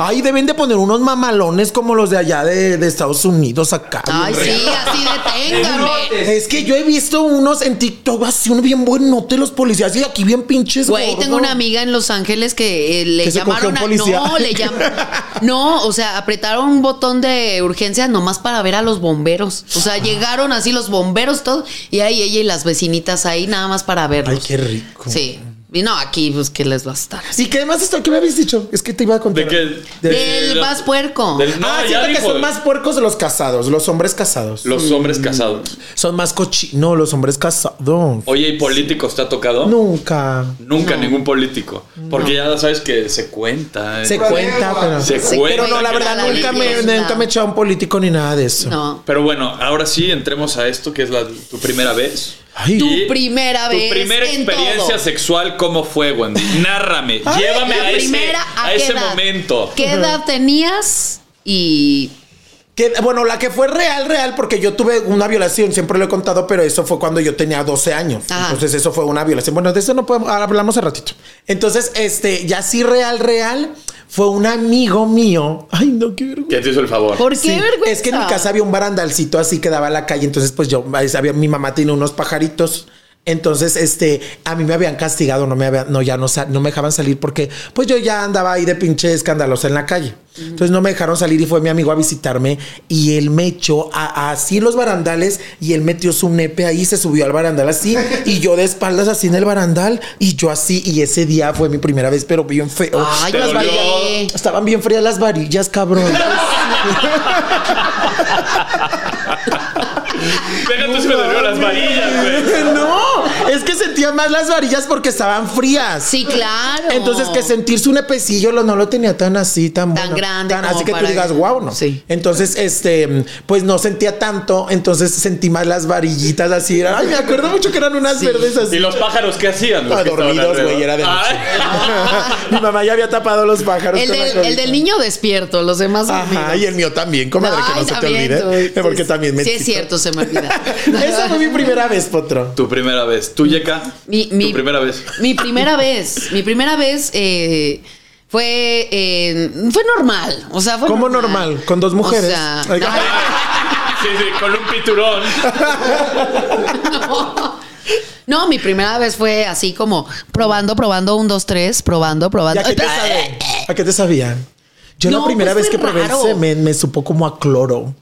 Speaker 4: Ahí deben de poner unos mamalones como los de allá de, de Estados Unidos acá.
Speaker 6: Ay, sí, así deténgame.
Speaker 4: Es que yo he visto unos en TikTok así, uno bien buenote los policías y aquí bien pinches.
Speaker 6: Güey,
Speaker 4: gordos.
Speaker 6: tengo una amiga en Los Ángeles que eh, le
Speaker 4: Que se cogió
Speaker 6: llamaron
Speaker 4: un
Speaker 6: a-
Speaker 4: policía.
Speaker 6: No, le llamaron. No, o sea, apretaron un botón de urgencia nomás para ver a los bomberos. O sea, llegaron así los bomberos todos y ahí ella y las vecinitas ahí nada más para verlos.
Speaker 4: Ay, qué rico.
Speaker 6: Sí. Y no, aquí pues que les va a estar.
Speaker 4: Sí, que además esto que me habías dicho. Es que te iba a contar.
Speaker 1: De que.
Speaker 6: Del más puerco.
Speaker 1: del- no,
Speaker 4: ah,
Speaker 1: ya
Speaker 4: siento que
Speaker 1: dijo,
Speaker 4: son más puercos los casados, los hombres casados.
Speaker 1: Los hombres casados.
Speaker 4: Son más cochinos los hombres casados.
Speaker 1: Oye, ¿y políticos te ha tocado?
Speaker 4: Nunca.
Speaker 1: Nunca ningún político. Porque ya sabes que se cuenta. ¿eh?
Speaker 4: Se cuenta, pero.
Speaker 1: Se
Speaker 6: Se
Speaker 1: cuenta.
Speaker 4: Pero no, la verdad,
Speaker 6: La
Speaker 4: nunca me,
Speaker 6: limpieza.
Speaker 4: nunca me he echado a un político ni nada de eso.
Speaker 6: No.
Speaker 1: Pero bueno, ahora sí entremos a esto que es la, tu primera vez.
Speaker 4: Ay.
Speaker 6: Tu
Speaker 1: Y
Speaker 6: primera
Speaker 1: tu
Speaker 6: vez
Speaker 1: primera
Speaker 6: en
Speaker 1: experiencia
Speaker 6: todo.
Speaker 1: sexual, ¿cómo fue, Wendy? Nárrame. llévame
Speaker 6: La
Speaker 1: a ese,
Speaker 6: primera,
Speaker 1: a
Speaker 6: qué
Speaker 1: ese
Speaker 6: edad?
Speaker 1: momento.
Speaker 6: ¿Qué edad tenías? Y
Speaker 4: Que, bueno, la que fue real, real, porque yo tuve una violación, siempre lo he contado, pero eso fue cuando yo tenía 12 años.
Speaker 6: Ajá.
Speaker 4: Entonces, eso fue una violación. Bueno, de eso no podemos, ahora hablamos al ratito. Entonces, este, ya sí, real, real, fue un amigo mío. Ay, no, qué vergüenza.
Speaker 1: ¿Qué te hizo el favor?
Speaker 6: ¿por qué
Speaker 4: Sí,
Speaker 6: vergüenza?
Speaker 4: Es que en mi casa había un barandalcito así que daba a la calle. Entonces, pues yo ahí sabía, mi mamá tiene unos pajaritos. Entonces, este, a mí me habían castigado, no me habían, no, ya no, sa- no me dejaban salir porque, pues yo ya andaba ahí de pinche escandalosa en la calle. Entonces no me dejaron salir y fue mi amigo a visitarme y él me echó a- a- así los barandales y él metió su nepe ahí, se subió al barandal así y yo de espaldas así en el barandal y yo así. Y ese día fue mi primera vez, pero bien feo.
Speaker 6: Ay,
Speaker 1: Te
Speaker 4: Las
Speaker 1: dolió.
Speaker 4: varillas- estaban bien frías las varillas, cabrón.
Speaker 1: Deja tú si me dolió las varillas, güey.
Speaker 4: no, es que sentía más las varillas porque estaban frías.
Speaker 6: Sí, claro.
Speaker 4: Entonces que sentirse un epecillo lo, no lo tenía tan así, tan,
Speaker 6: Tan
Speaker 4: bueno,
Speaker 6: grande como
Speaker 4: así que tú
Speaker 6: para-
Speaker 4: digas, wow, ¿no?
Speaker 6: Sí.
Speaker 4: Entonces, este, pues no sentía tanto, entonces sentí más las varillitas así. Ay, me acuerdo mucho que eran unas verdes así.
Speaker 1: ¿Y los pájaros qué hacían? Los
Speaker 4: Ah,
Speaker 1: que estaban
Speaker 4: dormidos,
Speaker 1: alrededor.
Speaker 4: güey, era de noche.
Speaker 1: Ay.
Speaker 4: Mi mamá ya había tapado los pájaros
Speaker 6: El
Speaker 4: con
Speaker 6: del,
Speaker 4: la
Speaker 6: el del
Speaker 4: cobija.
Speaker 6: niño despierto, los demás
Speaker 4: Ajá,
Speaker 6: dormidos.
Speaker 4: y el mío también, comadre, que
Speaker 6: Ay,
Speaker 4: no se te
Speaker 6: también
Speaker 4: olvide.
Speaker 6: tú.
Speaker 4: Porque
Speaker 6: Sí,
Speaker 4: también me
Speaker 6: Sí, es
Speaker 4: excitó.
Speaker 6: cierto, se me olvida.
Speaker 4: Esa fue mi primera vez, Potro.
Speaker 1: Tu primera vez. ¿Tú, Yeka?
Speaker 6: Mi-
Speaker 1: Tu
Speaker 6: mi-
Speaker 1: primera vez.
Speaker 6: Mi primera vez, mi primera vez eh, fue eh, fue normal, o sea, fue
Speaker 4: ¿Cómo normal? ¿Con dos mujeres?
Speaker 6: O sea,
Speaker 4: Ay,
Speaker 1: Sí, sí, con un piturón.
Speaker 6: no. No, mi primera vez fue así como probando, probando un dos tres, probando,
Speaker 4: ¿Y
Speaker 6: probando.
Speaker 4: a qué te sabe? ¿A qué te sabían? Yo la
Speaker 6: No,
Speaker 4: primera
Speaker 6: pues
Speaker 4: vez que
Speaker 6: fue
Speaker 4: probé el
Speaker 6: raro.
Speaker 4: semen me supo como a cloro.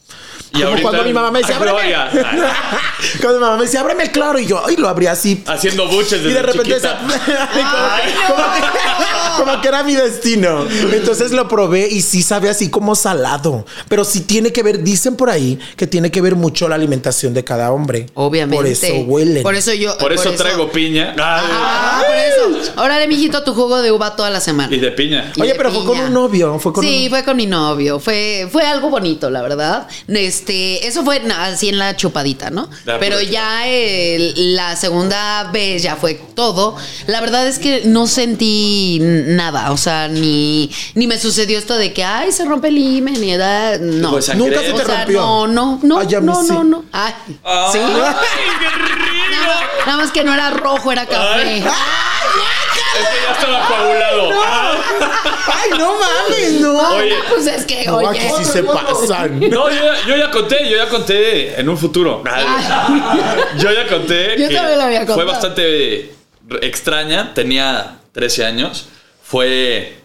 Speaker 1: Y
Speaker 4: como
Speaker 1: ahorita-
Speaker 4: cuando mi mamá me decía,
Speaker 1: Ay,
Speaker 4: ábreme.
Speaker 1: Gloria.
Speaker 4: cuando mi mamá me decía, ábreme el cloro. Y yo, ay, lo abrí así.
Speaker 1: Haciendo buches Ah, desde
Speaker 4: y de repente,
Speaker 1: chiquita.
Speaker 4: esa- Ay, como, que- como que, como que era mi destino. Entonces lo probé y sí sabe así como salado. Pero sí tiene que ver, dicen por ahí, que tiene que ver mucho la alimentación de cada hombre.
Speaker 6: Obviamente.
Speaker 4: Por eso huelen.
Speaker 6: Por eso yo.
Speaker 1: Por eso traigo piña.
Speaker 6: Ah, por eso. Órale, mijito, tu jugo de uva toda la semana.
Speaker 1: Y de piña.
Speaker 6: Y
Speaker 4: Oye,
Speaker 6: de
Speaker 4: pero fue con
Speaker 6: piña.
Speaker 4: un novio, fue con
Speaker 6: sí,
Speaker 4: un-
Speaker 6: fue con mi novio. Fue, fue algo bonito, la verdad. Este, eso fue na- así en la chupadita, ¿no?
Speaker 1: La
Speaker 6: Pero
Speaker 1: pura
Speaker 6: ya el- la segunda vez ya fue todo. La verdad es que no sentí nada. O sea, ni, ni me sucedió esto de que ay se rompe el himen ni edad. No.
Speaker 1: Pues, sangre.
Speaker 4: Nunca se
Speaker 1: O
Speaker 4: te
Speaker 6: O sea,
Speaker 4: rompió.
Speaker 6: no, no, no,
Speaker 4: Ay, a mí
Speaker 6: no,
Speaker 4: sí.
Speaker 6: no, no. Ay, sí.
Speaker 1: Ay, qué rico.
Speaker 6: Nada más que no era rojo, era café.
Speaker 1: Ay. Es que ya estaba coagulado. Ah.
Speaker 4: Ay, no mames, no.
Speaker 1: Oye.
Speaker 6: Pues es que,
Speaker 4: No,
Speaker 6: oye.
Speaker 4: aquí sí se pasan.
Speaker 1: No, yo ya, yo ya conté, yo ya conté en un futuro. Yo ya conté.
Speaker 6: Yo
Speaker 1: que
Speaker 6: también lo había
Speaker 1: Fue
Speaker 6: contado.
Speaker 1: bastante re- extraña. Tenía 13 años. Fue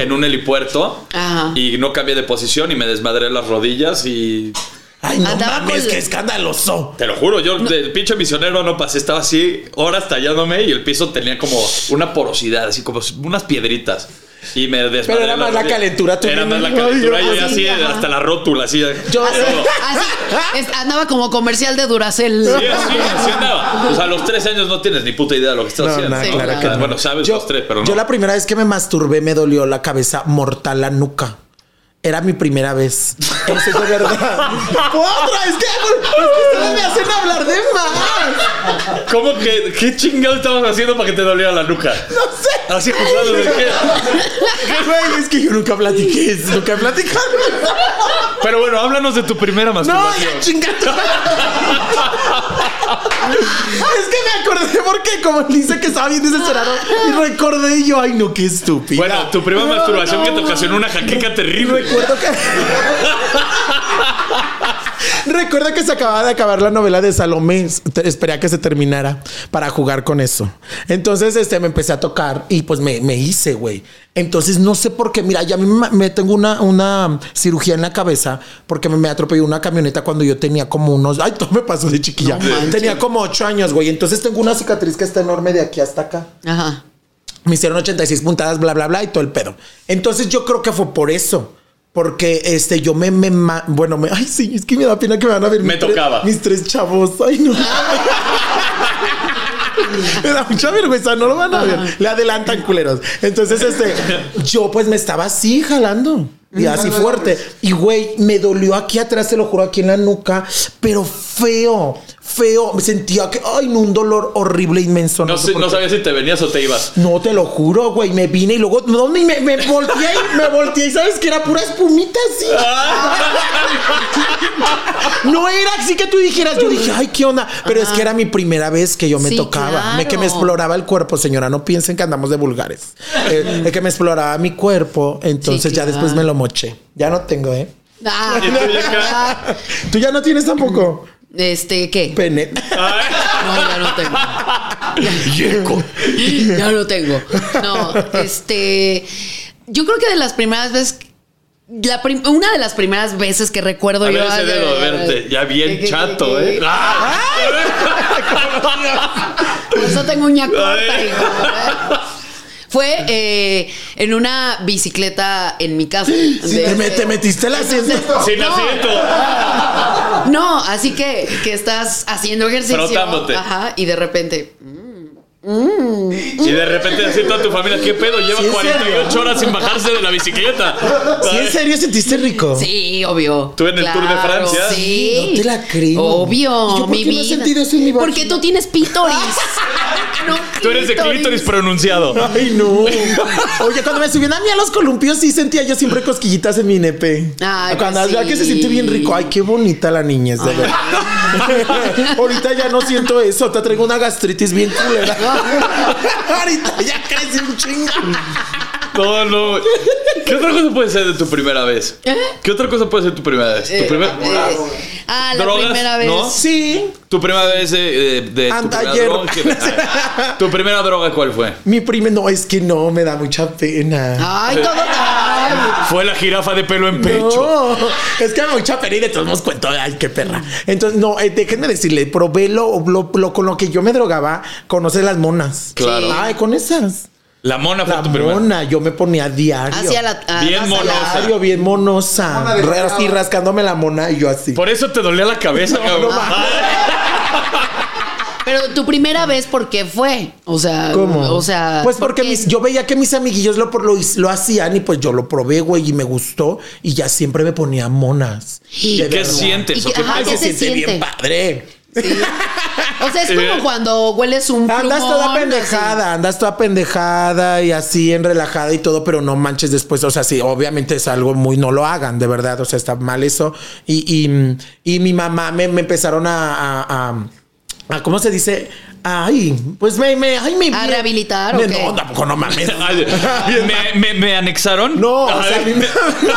Speaker 1: en un helipuerto
Speaker 6: Ajá.
Speaker 1: y no cambié de posición y me desmadré las rodillas y
Speaker 4: Ay, no
Speaker 6: Andaba
Speaker 4: mames,
Speaker 6: con-
Speaker 4: qué escandaloso.
Speaker 1: te lo juro, yo del pinche misionero no pasé, estaba así horas tallándome y el piso tenía como una porosidad, así como unas piedritas. Y me desmadré.
Speaker 4: Pero era más la
Speaker 1: rodilla.
Speaker 4: calentura, tú
Speaker 1: Era más la
Speaker 4: mismo.
Speaker 1: calentura. Yo
Speaker 4: Ay,
Speaker 1: ya así,
Speaker 6: así, ajá.
Speaker 1: hasta la rótula, así.
Speaker 4: Yo-
Speaker 6: Así, así, es- andaba como comercial de Duracell.
Speaker 1: Sí, así, así andaba. O sea, a los tres años no tienes ni puta idea de lo que estás
Speaker 4: No,
Speaker 1: haciendo.
Speaker 4: no,
Speaker 1: ¿no?
Speaker 4: claro
Speaker 1: O
Speaker 4: que
Speaker 1: sea,
Speaker 4: no.
Speaker 1: Bueno, sabes
Speaker 4: yo,
Speaker 1: los tres, pero no.
Speaker 4: Yo la primera vez que me masturbé me dolió la cabeza mortal, la nuca. Era mi primera vez. Eso es de verdad. ¡Otra! Es que, es que ustedes me hacen hablar de más.
Speaker 1: ¿Cómo que qué chingado estabas haciendo para que te doliera la nuca?
Speaker 4: No sé.
Speaker 1: Así juzgando de qué.
Speaker 4: Güey, es que yo nunca platiqué eso, Nunca he platicado.
Speaker 1: Pero bueno, háblanos de tu primera
Speaker 4: No,
Speaker 1: masturbación.
Speaker 4: ya chingada. es que me acordé porque como dice que estaba bien desesperado y recordé y yo, ay no, qué estúpido.
Speaker 1: bueno, tu primera masturbación que te ocasionó una jaqueca terrible.
Speaker 4: Recuerdo que. Recuerdo que se acababa de acabar la novela de Salomé. Te- Esperé a que se terminara para jugar con eso. Entonces, este, me empecé a tocar y pues me, me hice, güey. Entonces, no sé por qué. Mira, ya me, me tengo una, una cirugía en la cabeza porque me, me atropelló una camioneta cuando yo tenía como unos. Ay, todo me pasó de chiquilla. tenía como ocho años, güey. Entonces, tengo una cicatriz que está enorme de aquí hasta acá.
Speaker 6: Ajá.
Speaker 4: Me hicieron 86 puntadas, bla, bla, bla, y todo el pedo. Entonces yo creo que fue por eso. Porque este, yo me, me ma- bueno, me, ay, sí, es que me da pena que me van a ver.
Speaker 1: Me
Speaker 4: mis tres-
Speaker 1: tocaba.
Speaker 4: mis tres chavos. Ay, no. Me da mucha vergüenza, no lo van a ver. Le adelantan culeros. Entonces, este, yo pues me estaba así jalando. Y así fuerte. Y güey, me dolió aquí atrás, te lo juro, aquí en la nuca, pero feo, feo. Me sentía que, ay, no, un dolor horrible, inmenso.
Speaker 1: No,
Speaker 4: sé
Speaker 1: sé-
Speaker 4: por
Speaker 1: no
Speaker 4: qué.
Speaker 1: sabía si te venías o te ibas.
Speaker 4: No, te lo juro, güey. Me vine y luego, ¿dónde? Y me, me volteé y me volteé y sabes que era pura espumita así. No era así que tú dijeras, yo dije, ay, ¿qué onda? Pero es que era mi primera vez que yo me
Speaker 6: Sí,
Speaker 4: tocaba,
Speaker 6: claro.
Speaker 4: me, que me exploraba el cuerpo, señora. No piensen que andamos de vulgares. Eh, es que me exploraba mi cuerpo, entonces
Speaker 6: Sí,
Speaker 4: ya
Speaker 6: claro.
Speaker 4: después me lo moché. Ya no tengo, ¿eh?
Speaker 6: Ah.
Speaker 1: ¿Y tú, Yeka?
Speaker 4: Tú ya no tienes tampoco
Speaker 6: este, ¿qué?
Speaker 4: pene.
Speaker 6: No, ya no tengo. ya lo tengo. No, este. Yo creo que de las primeras veces. la prim- una de las primeras veces que recuerdo
Speaker 1: A
Speaker 6: yo.
Speaker 1: ver ese
Speaker 6: ay,
Speaker 1: dedo, a
Speaker 6: ay, ay,
Speaker 1: verte. Ya
Speaker 6: ay,
Speaker 1: bien
Speaker 6: ay,
Speaker 1: chato,
Speaker 6: ay,
Speaker 1: ¿eh? ¡Ah!
Speaker 6: Por eso tengo uña corta,
Speaker 1: Ay.
Speaker 6: hijo, ¿eh? Fue eh, en una bicicleta en mi casa.
Speaker 4: Si
Speaker 6: De-
Speaker 4: te, me- te metiste la asiento.
Speaker 1: Sin asiento.
Speaker 6: No, así que, que estás haciendo ejercicio.
Speaker 1: Frotándote.
Speaker 6: Ajá, y de repente.
Speaker 1: Y de repente así toda tu familia, ¿qué pedo? Lleva
Speaker 4: Sí, es
Speaker 1: 48
Speaker 4: serio.
Speaker 1: horas sin bajarse de la bicicleta.
Speaker 4: ¿Sí, en serio sentiste rico?
Speaker 6: Sí, obvio.
Speaker 1: ¿Tú en el Tour de Francia?
Speaker 6: Sí.
Speaker 4: No te la creo.
Speaker 6: Obvio,
Speaker 4: ¿Y yo por
Speaker 6: mi
Speaker 4: qué no he
Speaker 6: vida.
Speaker 4: sentido eso en mi
Speaker 6: Porque
Speaker 4: vagina?
Speaker 6: tú tienes pítoris. No
Speaker 1: Tú eres de clítoris pronunciado.
Speaker 4: Ay, no. Oye, cuando me subían a mí a los columpios, sí sentía yo siempre cosquillitas en mi nepe.
Speaker 6: Ay,
Speaker 4: cuando
Speaker 6: pues
Speaker 4: ya que se
Speaker 6: sí.
Speaker 4: siente bien rico. Ay, qué bonita la niñez, de verdad. Ahorita ya no siento eso. Te traigo una gastritis bien culera. Ahorita ya crecí un chingo.
Speaker 1: No, no. ¿Qué otra cosa puede ser de tu primera vez?
Speaker 4: ¿Eh?
Speaker 1: ¿Qué otra cosa puede ser tu primera vez? Tu primer-
Speaker 6: Eh, ah, la
Speaker 1: Drogas,
Speaker 6: primera vez.
Speaker 1: ¿no?
Speaker 4: Sí.
Speaker 1: Tu primera vez eh, de, de tu, primera
Speaker 4: Antayer.
Speaker 1: droga, ¿qué- ah, tu primera droga, ¿cuál fue?
Speaker 4: Mi prima, no, es que no, me da mucha pena.
Speaker 6: Ay, todo. ay.
Speaker 1: Fue la jirafa de pelo en pecho.
Speaker 4: No, es que me da mucha pena y de todos nos cuento, ay, qué perra. Entonces, no, eh, déjenme decirle, probé lo, lo- lo- con lo que yo me drogaba, conoces las monas.
Speaker 1: Claro.
Speaker 4: Ay, con esas.
Speaker 1: La mona fue
Speaker 4: La
Speaker 1: tu primera.
Speaker 4: mona, yo me ponía a diario.
Speaker 6: Hacia la. ah,
Speaker 1: Bien
Speaker 6: hacia
Speaker 1: monosa.
Speaker 6: la-
Speaker 4: Diario, bien monosa.
Speaker 9: Mona de
Speaker 4: Re-
Speaker 9: Chicago.
Speaker 4: así rascándome la mona y yo así.
Speaker 1: Por eso te dolía la cabeza, cabrón.
Speaker 6: Pero tu primera vez, ¿por qué fue? O sea,
Speaker 4: ¿Cómo?
Speaker 6: o sea.
Speaker 4: pues porque
Speaker 6: ¿por qué?
Speaker 4: mis- yo veía que mis amiguillos lo, por- lo, his- lo hacían y pues yo lo probé, güey, y me gustó y ya siempre me ponía monas.
Speaker 6: ¿Y
Speaker 4: De
Speaker 1: ¿Qué
Speaker 4: verdad.
Speaker 1: sientes?
Speaker 6: ¿Y
Speaker 1: ¿O
Speaker 6: qué-
Speaker 1: qué
Speaker 6: ajá,
Speaker 1: pasa?
Speaker 6: qué se siente?
Speaker 4: bien padre.
Speaker 6: O sea, es
Speaker 1: Eh.
Speaker 6: como cuando hueles un plumón.
Speaker 4: Andas toda
Speaker 6: así.
Speaker 4: pendejada, andas toda pendejada y así en relajada y todo, pero no manches después. O sea, sí, obviamente es algo muy, no lo hagan, de verdad. O sea, está mal eso. Y, y, y mi mamá me, me empezaron a, a- a- a- ¿cómo se dice? Ay, pues me, me, ay, me.
Speaker 6: ¿A rehabilitar o
Speaker 4: me-
Speaker 6: qué?
Speaker 4: No, tampoco, no mames.
Speaker 1: Ay, ¿Me, me, me anexaron?
Speaker 4: No, o
Speaker 1: Ay,
Speaker 4: sea, mi,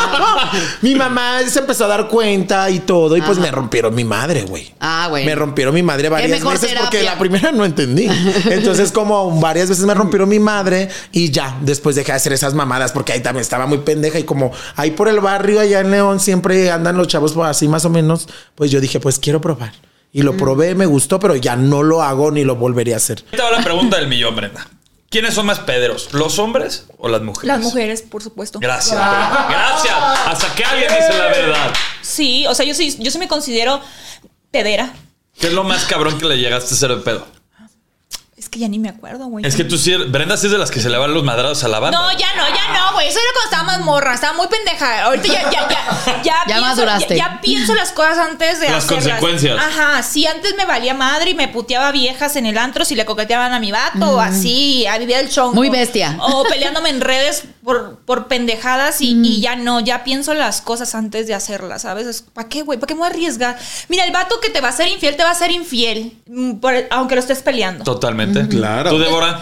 Speaker 4: mi mamá se empezó a dar cuenta y todo, y pues me rompieron mi madre, güey.
Speaker 6: Ah, bueno.
Speaker 4: Me rompieron mi madre varias
Speaker 6: mejor
Speaker 4: veces porque
Speaker 6: terapia.
Speaker 4: la primera no entendí. Entonces, como varias veces me rompieron mi madre y ya, después dejé de hacer esas mamadas porque ahí también estaba muy pendeja y como ahí por el barrio allá en León siempre andan los chavos pues, así más o menos, pues yo dije, pues quiero probar.
Speaker 6: Mm.
Speaker 4: Y lo probé, me gustó, pero ya no lo hago ni lo volvería a hacer.
Speaker 1: Ahí te va la pregunta del millón, Brenda. ¿Quiénes son más pederos? ¿Los hombres o las mujeres?
Speaker 5: Las mujeres, por supuesto.
Speaker 1: Gracias. Gracias. Hasta que alguien dice la verdad.
Speaker 5: Sí, o sea, yo sí, yo sí me considero pedera.
Speaker 1: ¿Qué es lo más cabrón que le llegaste a hacer de pedo?
Speaker 5: Es que ya ni me acuerdo, güey.
Speaker 1: Es que tú sí, Brenda sí es de las que se le van los madrados a la banda.
Speaker 5: No, ya no, ya no, güey. Eso era cuando estaba más morra, estaba muy pendeja. Ahorita ya, ya, ya, ya, pienso,
Speaker 6: maduraste.
Speaker 5: Ya, ya pienso las cosas antes de
Speaker 1: Las
Speaker 5: hacerlas.
Speaker 1: consecuencias.
Speaker 5: Ajá, sí, antes me valía madre y me puteaba viejas en el antro si le coqueteaban a mi vato, o así, a vivir el chongo.
Speaker 6: Muy bestia.
Speaker 5: O peleándome en redes por, por pendejadas y, y ya no, ya pienso las cosas antes de hacerlas, ¿sabes? ¿Para qué, güey? ¿Para qué me voy a arriesgar? Mira, el vato que te va a ser infiel te va a ser infiel, mm, por- aunque lo estés peleando.
Speaker 1: Totalmente.
Speaker 8: Claro.
Speaker 1: Tú, Débora,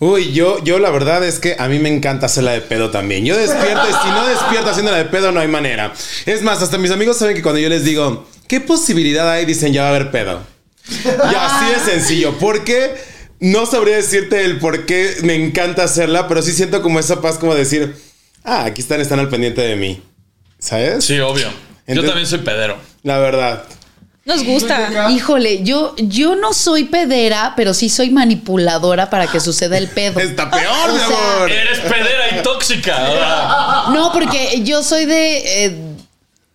Speaker 8: Uy, yo, yo la verdad es que a mí me encanta hacerla de pedo también. Yo despierto y si no despierto haciéndola de pedo no hay manera. Es más, hasta mis amigos saben que cuando yo les digo, ¿qué posibilidad hay? Dicen, ya va a haber pedo. Y así de sencillo, porque no sabría decirte el por qué me encanta hacerla, pero sí siento como esa paz como decir, ah, aquí están, están al pendiente de mí. ¿Sabes?
Speaker 1: sí, obvio. Yo
Speaker 8: Entonces-
Speaker 1: también soy pedero.
Speaker 8: La verdad.
Speaker 5: Nos gusta.
Speaker 6: Híjole, yo, yo no soy pedera, pero sí soy manipuladora para que suceda el pedo.
Speaker 8: Está peor,
Speaker 6: O
Speaker 8: mi
Speaker 6: sea,
Speaker 8: amor.
Speaker 1: Eres pedera y tóxica. ¿verdad?
Speaker 6: No, porque yo soy de. eh,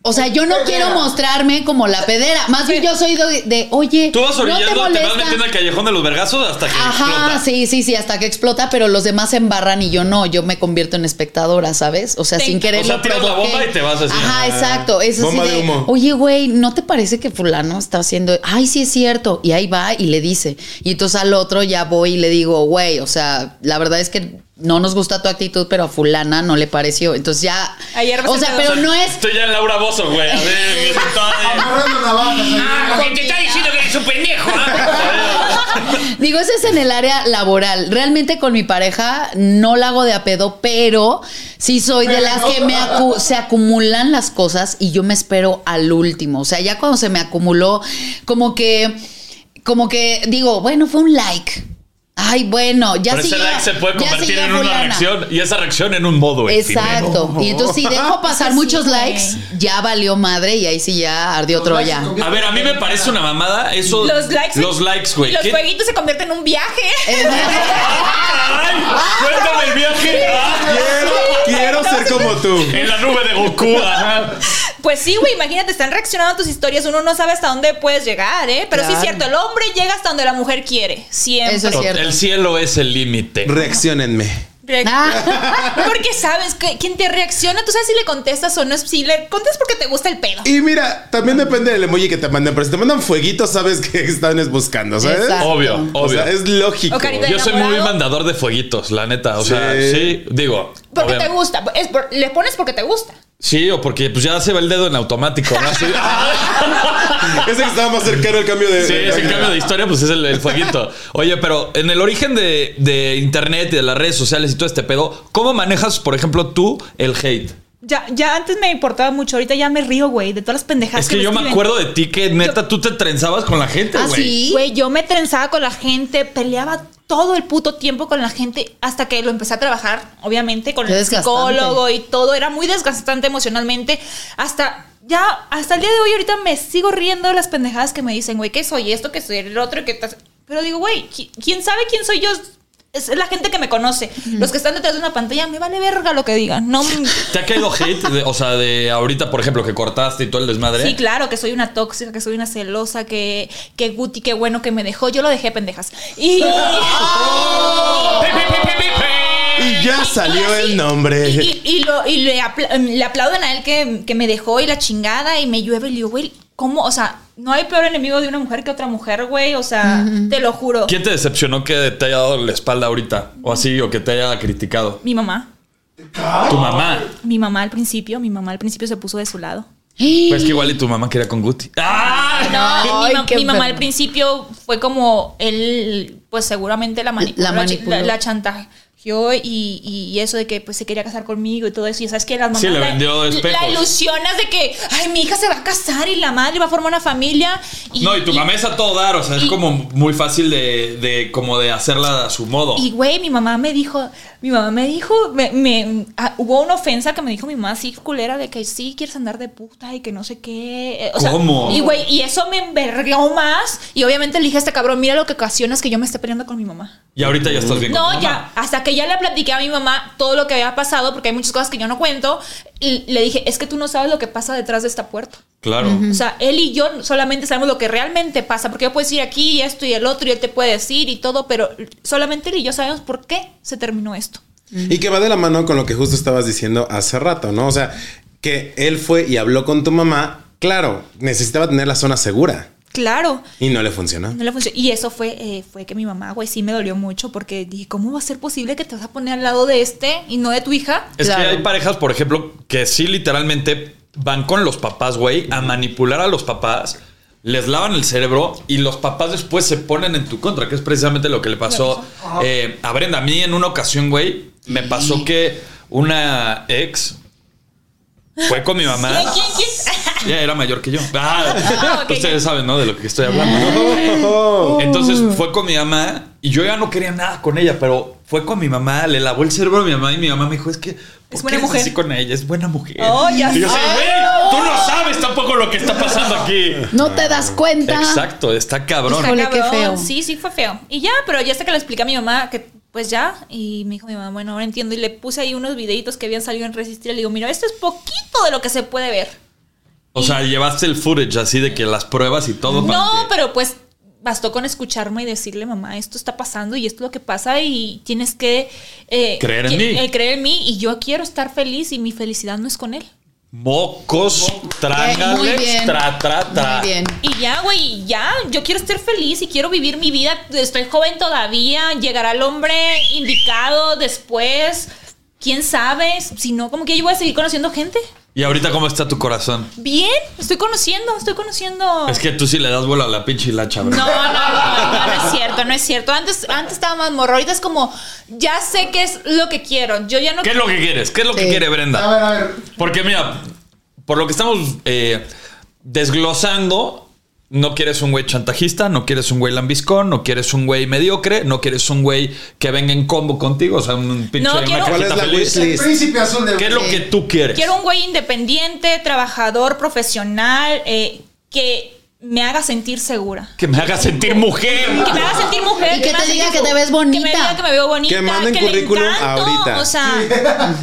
Speaker 6: o sea, yo no quiero mostrarme como la pedera. Más bien yo soy de, de, oye.
Speaker 1: Tú vas
Speaker 6: ¿no
Speaker 1: orillando, te, vas
Speaker 6: molesta?
Speaker 1: metiendo al callejón de los vergazos hasta que
Speaker 6: Ajá,
Speaker 1: explota.
Speaker 6: sí, sí, sí, hasta que explota, pero los demás se embarran y yo no, yo me convierto en espectadora, ¿sabes? O sea,
Speaker 5: Te-
Speaker 6: sin querer
Speaker 1: O sea,
Speaker 6: lo
Speaker 1: tiras la
Speaker 6: provoqué.
Speaker 1: bomba y te vas así.
Speaker 6: Ajá,
Speaker 1: Ah.
Speaker 6: exacto, es así
Speaker 8: Bomba de humo.
Speaker 6: Oye, güey, ¿no te parece que fulano está haciendo? Ay, sí es cierto, y ahí va y le dice. Y entonces al otro ya voy y le digo, güey, o sea, la verdad es que no nos gusta tu actitud, pero a fulana no le pareció. Entonces ya
Speaker 5: Ayer
Speaker 6: O sea,
Speaker 5: presentado.
Speaker 6: pero no es
Speaker 1: Estoy ya en Laura Bozo, güey. A ver, Ah, te está diciendo que eres un pendejo. ¿ah?
Speaker 6: Digo, ese es en el área laboral. Realmente con mi pareja no la hago de apedo, pero sí soy de las que me acu- se acumulan las cosas y yo me espero al último. O sea, ya cuando se me acumuló, como que, como que digo, bueno, fue un like. Ay, bueno, ya
Speaker 1: Pero ese
Speaker 6: siguió-
Speaker 1: like se puede
Speaker 6: ya
Speaker 1: convertir
Speaker 6: siguió
Speaker 1: en una
Speaker 6: fulana.
Speaker 1: reacción y esa reacción en un modo efímero.
Speaker 6: Exacto. Y entonces si dejo pasar muchos likes, ya valió madre y ahí sí ya ardió Troya.
Speaker 1: A ver, a mí me parece una mamada eso.
Speaker 5: Los likes.
Speaker 1: Los likes, güey.
Speaker 5: Los
Speaker 1: ¿Qué-
Speaker 5: jueguitos se convierten en un viaje.
Speaker 1: ¡Ay! ¡Ah,
Speaker 6: Ah,
Speaker 1: ¡Cuéntame el viaje! Ah,
Speaker 8: Quiero, quiero ser como tú.
Speaker 1: En la nube de Goku. ajá.
Speaker 5: Pues sí, güey, imagínate, están reaccionando a tus historias. Uno no sabe hasta dónde puedes llegar, ¿eh? Pero sí es
Speaker 6: Claro.
Speaker 5: cierto, el hombre llega hasta donde la mujer quiere. Siempre.
Speaker 6: Eso es cierto.
Speaker 1: El cielo es el límite.
Speaker 8: Reaccionenme.
Speaker 5: Re-
Speaker 6: Ah.
Speaker 5: Porque sabes que quien te reacciona, tú sabes si le contestas o no. Si le contestas porque te gusta el pedo.
Speaker 8: Y mira, también depende del emoji que te manden, pero si te mandan fueguitos, sabes que están es buscando, ¿sabes?
Speaker 6: Exacto.
Speaker 1: Obvio,
Speaker 8: O
Speaker 1: obvio.
Speaker 8: sea, es lógico.
Speaker 5: O carita-
Speaker 1: Yo soy muy
Speaker 5: enamorado.
Speaker 1: mandador de fueguitos, la neta. O
Speaker 8: Sí.
Speaker 1: sea, sí, digo.
Speaker 5: Porque
Speaker 1: obvio.
Speaker 5: te gusta. Es por- le pones porque te gusta.
Speaker 1: Sí, o porque pues ya se va el dedo en automático. ¿no? Así- ¡ah!
Speaker 8: Ese que estaba más cercano al cambio de.
Speaker 1: Sí, ese cambio de historia, pues es el, el fueguito. Oye, pero en el origen de, de internet y de las redes sociales y todo este pedo, ¿cómo manejas, por ejemplo, tú el hate?
Speaker 5: Ya, ya antes me importaba mucho, ahorita ya me río, güey, de todas las pendejadas
Speaker 1: Es que
Speaker 5: me
Speaker 1: yo me
Speaker 5: escriben.
Speaker 1: acuerdo de ti que neta tú te trenzabas con la gente,
Speaker 6: ¿Ah,
Speaker 1: güey.
Speaker 6: sí?
Speaker 5: Güey, yo me trenzaba con la gente, peleaba todo el puto tiempo con la gente hasta que lo empecé a trabajar, obviamente, con
Speaker 6: Qué
Speaker 5: el
Speaker 6: desgastante.
Speaker 5: psicólogo y todo. Era muy desgastante emocionalmente. Hasta ya, hasta el día de hoy, ahorita me sigo riendo de las pendejadas que me dicen, güey, que soy esto, que soy el otro, que estás. Pero digo, güey, ¿qui- ¿quién sabe quién soy yo? Es la gente que me conoce. Los que están detrás de una pantalla, me vale verga lo que digan. No.
Speaker 1: ¿Te ha caído hate? de- o sea, de ahorita, por ejemplo, que cortaste y todo el desmadre.
Speaker 5: Sí, claro, que soy una tóxica, que soy una celosa, que, que Guti, qué bueno que me dejó. Yo lo dejé, pendejas. Y.
Speaker 8: Y ya salió el nombre.
Speaker 5: Eh, Y, y- y lo, y le, apla- le aplauden a él que, que me dejó y la chingada y me llueve y le digo, güey, ¿cómo? O sea, no hay peor enemigo de una mujer que otra mujer, güey. O sea, te lo juro.
Speaker 1: ¿Quién te decepcionó que te haya dado la espalda ahorita? O así, o que te haya criticado.
Speaker 5: Mi mamá.
Speaker 1: Tu mamá.
Speaker 5: Mi mamá al principio, mi mamá al principio se puso de su lado.
Speaker 6: ¡Ah!
Speaker 1: Pues que igual y tu mamá quería con Guti. ¡Ah!
Speaker 5: No,
Speaker 6: Ay,
Speaker 5: mi, ma-
Speaker 6: qué
Speaker 5: mi mamá al
Speaker 6: enfermo.
Speaker 5: principio fue como él, pues seguramente la manipuló,
Speaker 6: La manipuló.
Speaker 5: la- la chantaje. yo y, y- y eso de que pues se quería casar conmigo y todo eso. Y sabes que las mamás
Speaker 1: Sí, le
Speaker 5: la-
Speaker 1: vendió espejos.
Speaker 5: La ilusionas de que, ay, mi hija se va a casar y la madre va a formar una familia.
Speaker 1: No, y tu mamá es a todo dar, o sea, es
Speaker 5: y-
Speaker 1: como muy fácil de, de como de hacerla a su modo.
Speaker 5: Y güey, mi mamá me dijo, mi mamá me dijo, me, me- ah, hubo una ofensa que me dijo mi mamá así culera de que sí quieres andar de puta y que no sé qué. eh, O sea,
Speaker 1: ¿Cómo?
Speaker 5: Y güey, y eso me envergó más. Y obviamente le dije a este cabrón, mira lo que ocasionas que yo me esté peleando con mi mamá.
Speaker 1: Y ahorita ya estás bien. con tu
Speaker 5: No,
Speaker 1: mamá.
Speaker 5: ya, hasta que ya le platiqué a mi mamá todo lo que había pasado, porque hay muchas cosas que yo no cuento, y le dije, es que tú no sabes lo que pasa detrás de esta puerta.
Speaker 1: Claro.
Speaker 5: O sea, él y yo solamente sabemos lo que realmente pasa, porque yo puedo decir aquí y esto y el otro y él te puede decir y todo, pero solamente él y yo sabemos por qué se terminó esto.
Speaker 8: Y que va de la mano con lo que justo estabas diciendo hace rato, ¿no? O sea, que él fue y habló con tu mamá. Claro, necesitaba tener la zona segura
Speaker 5: Claro.
Speaker 8: y no le funcionó.
Speaker 5: No le funcionó. Y eso fue, eh, fue que mi mamá, güey, sí me dolió mucho porque dije, ¿cómo va a ser posible que te vas a poner al lado de este y no de tu hija?
Speaker 1: Es
Speaker 6: Claro.
Speaker 1: que hay parejas, por ejemplo, que sí literalmente van con los papás, güey, a manipular a los papás, les lavan el cerebro y los papás después se ponen en tu contra, que es precisamente lo que le pasó eh, a Brenda. A mí en una ocasión, güey, me pasó que una ex fue con mi mamá.
Speaker 5: ¿Quién, quién, quién?
Speaker 1: Ya era mayor que yo. Ah,
Speaker 5: Ah, ok,
Speaker 1: ustedes
Speaker 5: ya.
Speaker 1: saben, ¿no? De lo que estoy hablando. Entonces fue con mi mamá y yo ya no quería nada con ella, pero fue con mi mamá, le lavó el cerebro a mi mamá y mi mamá me dijo, es que... ¿por qué
Speaker 5: Es buena
Speaker 1: eres
Speaker 5: mujer.
Speaker 1: así con ella, es buena mujer.
Speaker 5: Oh, ya
Speaker 1: y yo así,
Speaker 5: sé.
Speaker 1: "Güey, tú no sabes tampoco lo que está pasando aquí.
Speaker 6: No te das cuenta.
Speaker 1: Exacto, está cabrón.
Speaker 6: Híjole, qué
Speaker 5: cabrón.
Speaker 6: feo.
Speaker 5: Sí, sí fue feo. Y ya, pero ya hasta que le expliqué a mi mamá que pues ya, y me dijo mi mamá, bueno, ahora entiendo, y le puse ahí unos videitos que habían salido en Resistir, y le digo, mira, esto es poquito de lo que se puede ver.
Speaker 1: O sea, llevaste el footage así de que las pruebas y todo. para
Speaker 5: No,
Speaker 1: que-
Speaker 5: pero pues bastó con escucharme y decirle, mamá, esto está pasando y esto es lo que pasa y tienes que... eh,
Speaker 1: Creer en
Speaker 5: que-
Speaker 1: mí.
Speaker 5: eh, creer en mí y yo quiero estar feliz y mi felicidad no es con él.
Speaker 1: Mocos,
Speaker 6: muy
Speaker 1: trágales,
Speaker 6: bien.
Speaker 1: tra, tra, tra.
Speaker 6: Muy bien.
Speaker 5: Y ya, güey, y ya, yo quiero estar feliz y quiero vivir mi vida. Estoy joven todavía, llegará el hombre indicado después. ¿Quién sabe? Si no, como que yo voy a seguir conociendo gente.
Speaker 1: ¿Y ahorita cómo está tu corazón?
Speaker 5: Bien, estoy conociendo, estoy conociendo.
Speaker 1: Es que tú sí le das vuelo a la pinche hilacha,
Speaker 5: No,
Speaker 1: ¿verdad?
Speaker 5: no, no, no, no es cierto, no es cierto. Antes, antes estaba más morro, ahorita es como, ya sé qué es lo que quiero. Yo ya no
Speaker 1: ¿Qué es lo que quieres? ¿Qué es lo que
Speaker 6: Sí.
Speaker 1: quiere Brenda?
Speaker 9: A ver, a ver.
Speaker 1: Porque mira, por lo que estamos eh, desglosando, no quieres un güey chantajista, no quieres un güey lambiscón, no quieres un güey mediocre, no quieres un güey que venga en combo contigo, o sea, un pinche
Speaker 5: No
Speaker 1: una
Speaker 5: quiero-
Speaker 1: cajita
Speaker 8: ¿Cuál es la
Speaker 1: feliz.
Speaker 8: wishlist?
Speaker 9: El príncipe azul de
Speaker 1: ¿Qué es lo que tú quieres?
Speaker 5: Quiero un güey independiente, trabajador, profesional, eh, que me haga sentir segura.
Speaker 1: Que me haga sentir mujer.
Speaker 5: Que me haga sentir mujer.
Speaker 6: Y que
Speaker 5: me
Speaker 6: te
Speaker 5: haga
Speaker 6: diga
Speaker 5: sentir
Speaker 6: que te ves
Speaker 5: Que me diga
Speaker 6: bonita.
Speaker 5: que me veo bonita.
Speaker 8: Que manden
Speaker 5: le
Speaker 8: currículum ahorita.
Speaker 5: O sea,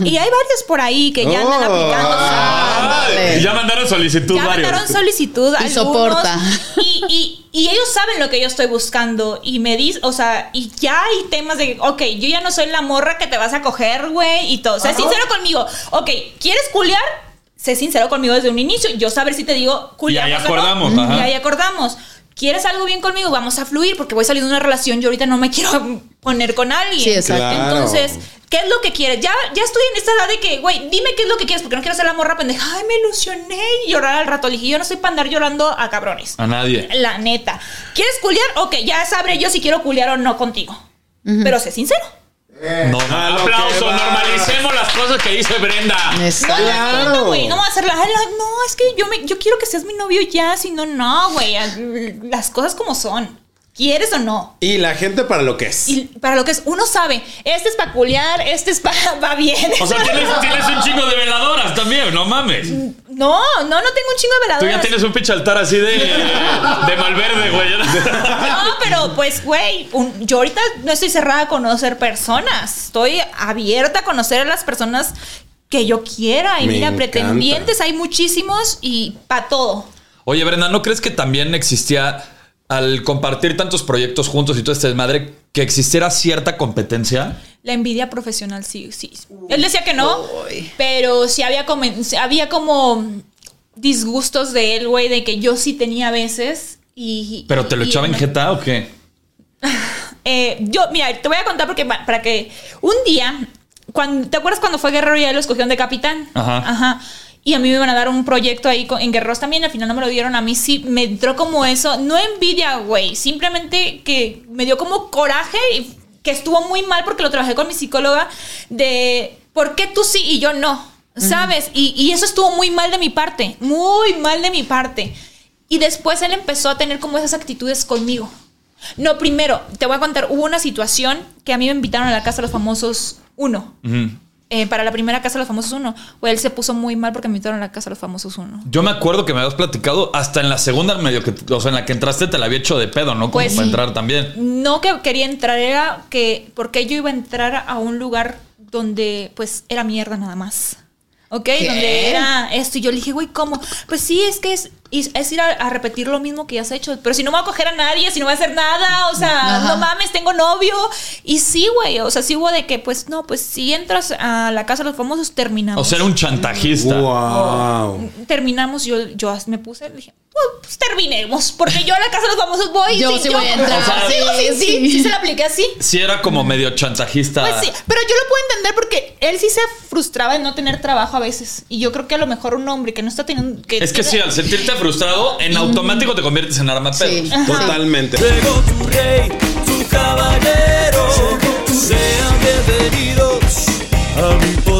Speaker 5: y hay varios por ahí que ya andan
Speaker 8: Oh.
Speaker 5: aplicando.
Speaker 1: Ah,
Speaker 6: Ándale.
Speaker 1: y ya mandaron solicitud
Speaker 5: Ya
Speaker 1: varios.
Speaker 5: mandaron solicitud
Speaker 6: Y
Speaker 5: algunos,
Speaker 6: soporta.
Speaker 5: Y, y- y ellos saben lo que yo estoy buscando. Y me dicen, o sea, y ya hay temas de, ok, yo ya no soy la morra que te vas a coger, güey, y todo. O sea, sincero conmigo. Ok, ¿quieres culiar? Sé sincero conmigo desde un inicio. Yo saber si te digo culiamos.
Speaker 1: Y ahí
Speaker 5: o no.
Speaker 1: acordamos, ajá.
Speaker 5: Y ahí acordamos. ¿Quieres algo bien conmigo? Vamos a fluir porque voy saliendo de una relación. Yo ahorita no me quiero poner con alguien.
Speaker 6: Sí, exacto.
Speaker 8: Claro.
Speaker 5: Entonces, ¿qué es lo que quieres? Ya, ya estoy en esta edad de que, güey, dime qué es lo que quieres, porque no quiero ser la morra pendeja. Ay, me ilusioné y llorar al rato. Le dije, yo no soy para andar llorando a cabrones.
Speaker 1: A nadie.
Speaker 5: La neta. ¿Quieres culiar? Ok, ya sabré yo si quiero culiar o no contigo. Pero sé sincero.
Speaker 1: No,
Speaker 8: Eh, A Ah, lo que
Speaker 1: aplauso,
Speaker 8: va.
Speaker 1: normalicemos las cosas que dice Brenda.
Speaker 5: No,
Speaker 6: Exacto.
Speaker 5: la neta,
Speaker 8: Claro.
Speaker 5: güey. No va a ser la, "Ay, la- No, es que yo, me, yo quiero que seas mi novio ya. Si no, no, güey. Las cosas como son. ¿Quieres o no?
Speaker 8: Y la gente para lo que es.
Speaker 5: Y para lo que es, uno sabe, este es para culiar, este es para va bien.
Speaker 1: O sea, tienes, tienes un chingo de veladoras también, no mames.
Speaker 5: No, no, no tengo un chingo de
Speaker 1: Tú
Speaker 5: veladoras.
Speaker 1: ya tienes un pinche altar así de, de Malverde, güey.
Speaker 5: No, pero pues, güey, un- yo ahorita no estoy cerrada a conocer personas. Estoy abierta a conocer a las personas que yo quiera. Y
Speaker 8: Me
Speaker 5: mira,
Speaker 8: encanta.
Speaker 5: pretendientes hay muchísimos y para todo.
Speaker 1: Oye, Brenda, ¿no crees que también existía, al compartir tantos proyectos juntos y todo este desmadre, que existiera cierta competencia?
Speaker 5: La envidia profesional, sí, sí. Él decía que no, pero sí había, comen- sí había como disgustos de él, güey, de que yo sí tenía a veces. Y,
Speaker 1: ¿Pero te lo
Speaker 5: y-
Speaker 1: echaba en jeta o qué?
Speaker 5: Eh, yo, mira, te voy a contar porque pa- para que un día, cuando, ¿te acuerdas cuando fue Guerrero y a él lo escogieron de capitán?
Speaker 1: Ajá.
Speaker 5: Y a mí me iban a dar un proyecto ahí con- en Guerreros también, al final no me lo dieron, a mí sí me entró como eso, no envidia, güey, simplemente que me dio como coraje y que estuvo muy mal porque lo trabajé con mi psicóloga de por qué tú sí y yo no, ¿sabes? Y, y eso estuvo muy mal de mi parte, muy mal de mi parte. Y después él empezó a tener como esas actitudes conmigo. No, primero, te voy a contar, hubo una situación que a mí me invitaron a la Casa de los Famosos 1. eh, para la primera Casa de los Famosos 1. O él se puso muy mal porque me invitaron a la Casa de los Famosos 1.
Speaker 1: Yo me acuerdo que me habías platicado hasta en la segunda medio que, o sea, en la que entraste te la había hecho de pedo, ¿no? Como
Speaker 5: Pues
Speaker 1: para
Speaker 5: sí.
Speaker 1: entrar también.
Speaker 5: No que quería entrar, era que porque yo iba a entrar a un lugar donde pues era mierda nada más. ¿Ok? Donde era esto. Y yo le dije, güey, ¿cómo? Pues sí, es que es, y- es ir a, a repetir lo mismo que ya has hecho. Pero si no me voy a coger a nadie, si no voy a hacer nada, o sea,
Speaker 6: Ajá.
Speaker 5: no mames, tengo novio. Y sí, güey, o sea, sí hubo de que, pues no, pues si entras a la casa de los famosos,
Speaker 1: O
Speaker 5: terminamos.
Speaker 1: sea, era un chantajista.
Speaker 8: Wow.
Speaker 5: Terminamos, yo, yo me puse, le dije, pues, pues, terminemos, porque yo a la casa de los famosos voy.
Speaker 6: Yo sí voy a entrar,
Speaker 5: O sea,
Speaker 6: sí,
Speaker 5: digo, sí, sí,
Speaker 6: sí.
Speaker 5: sí se la apliqué así.
Speaker 1: Sí, era como medio chantajista.
Speaker 5: Pues sí, pero yo lo puedo entender porque él sí se frustraba de no tener trabajo a veces. Y yo creo que a lo mejor un hombre que no está teniendo. Que
Speaker 1: Es que sí, al sentirte frustrado, en automático te conviertes en arma de pedo.
Speaker 6: Sí.
Speaker 8: Totalmente.
Speaker 7: Llegó tu rey, tu caballero. Sean bienvenidos a mi poder.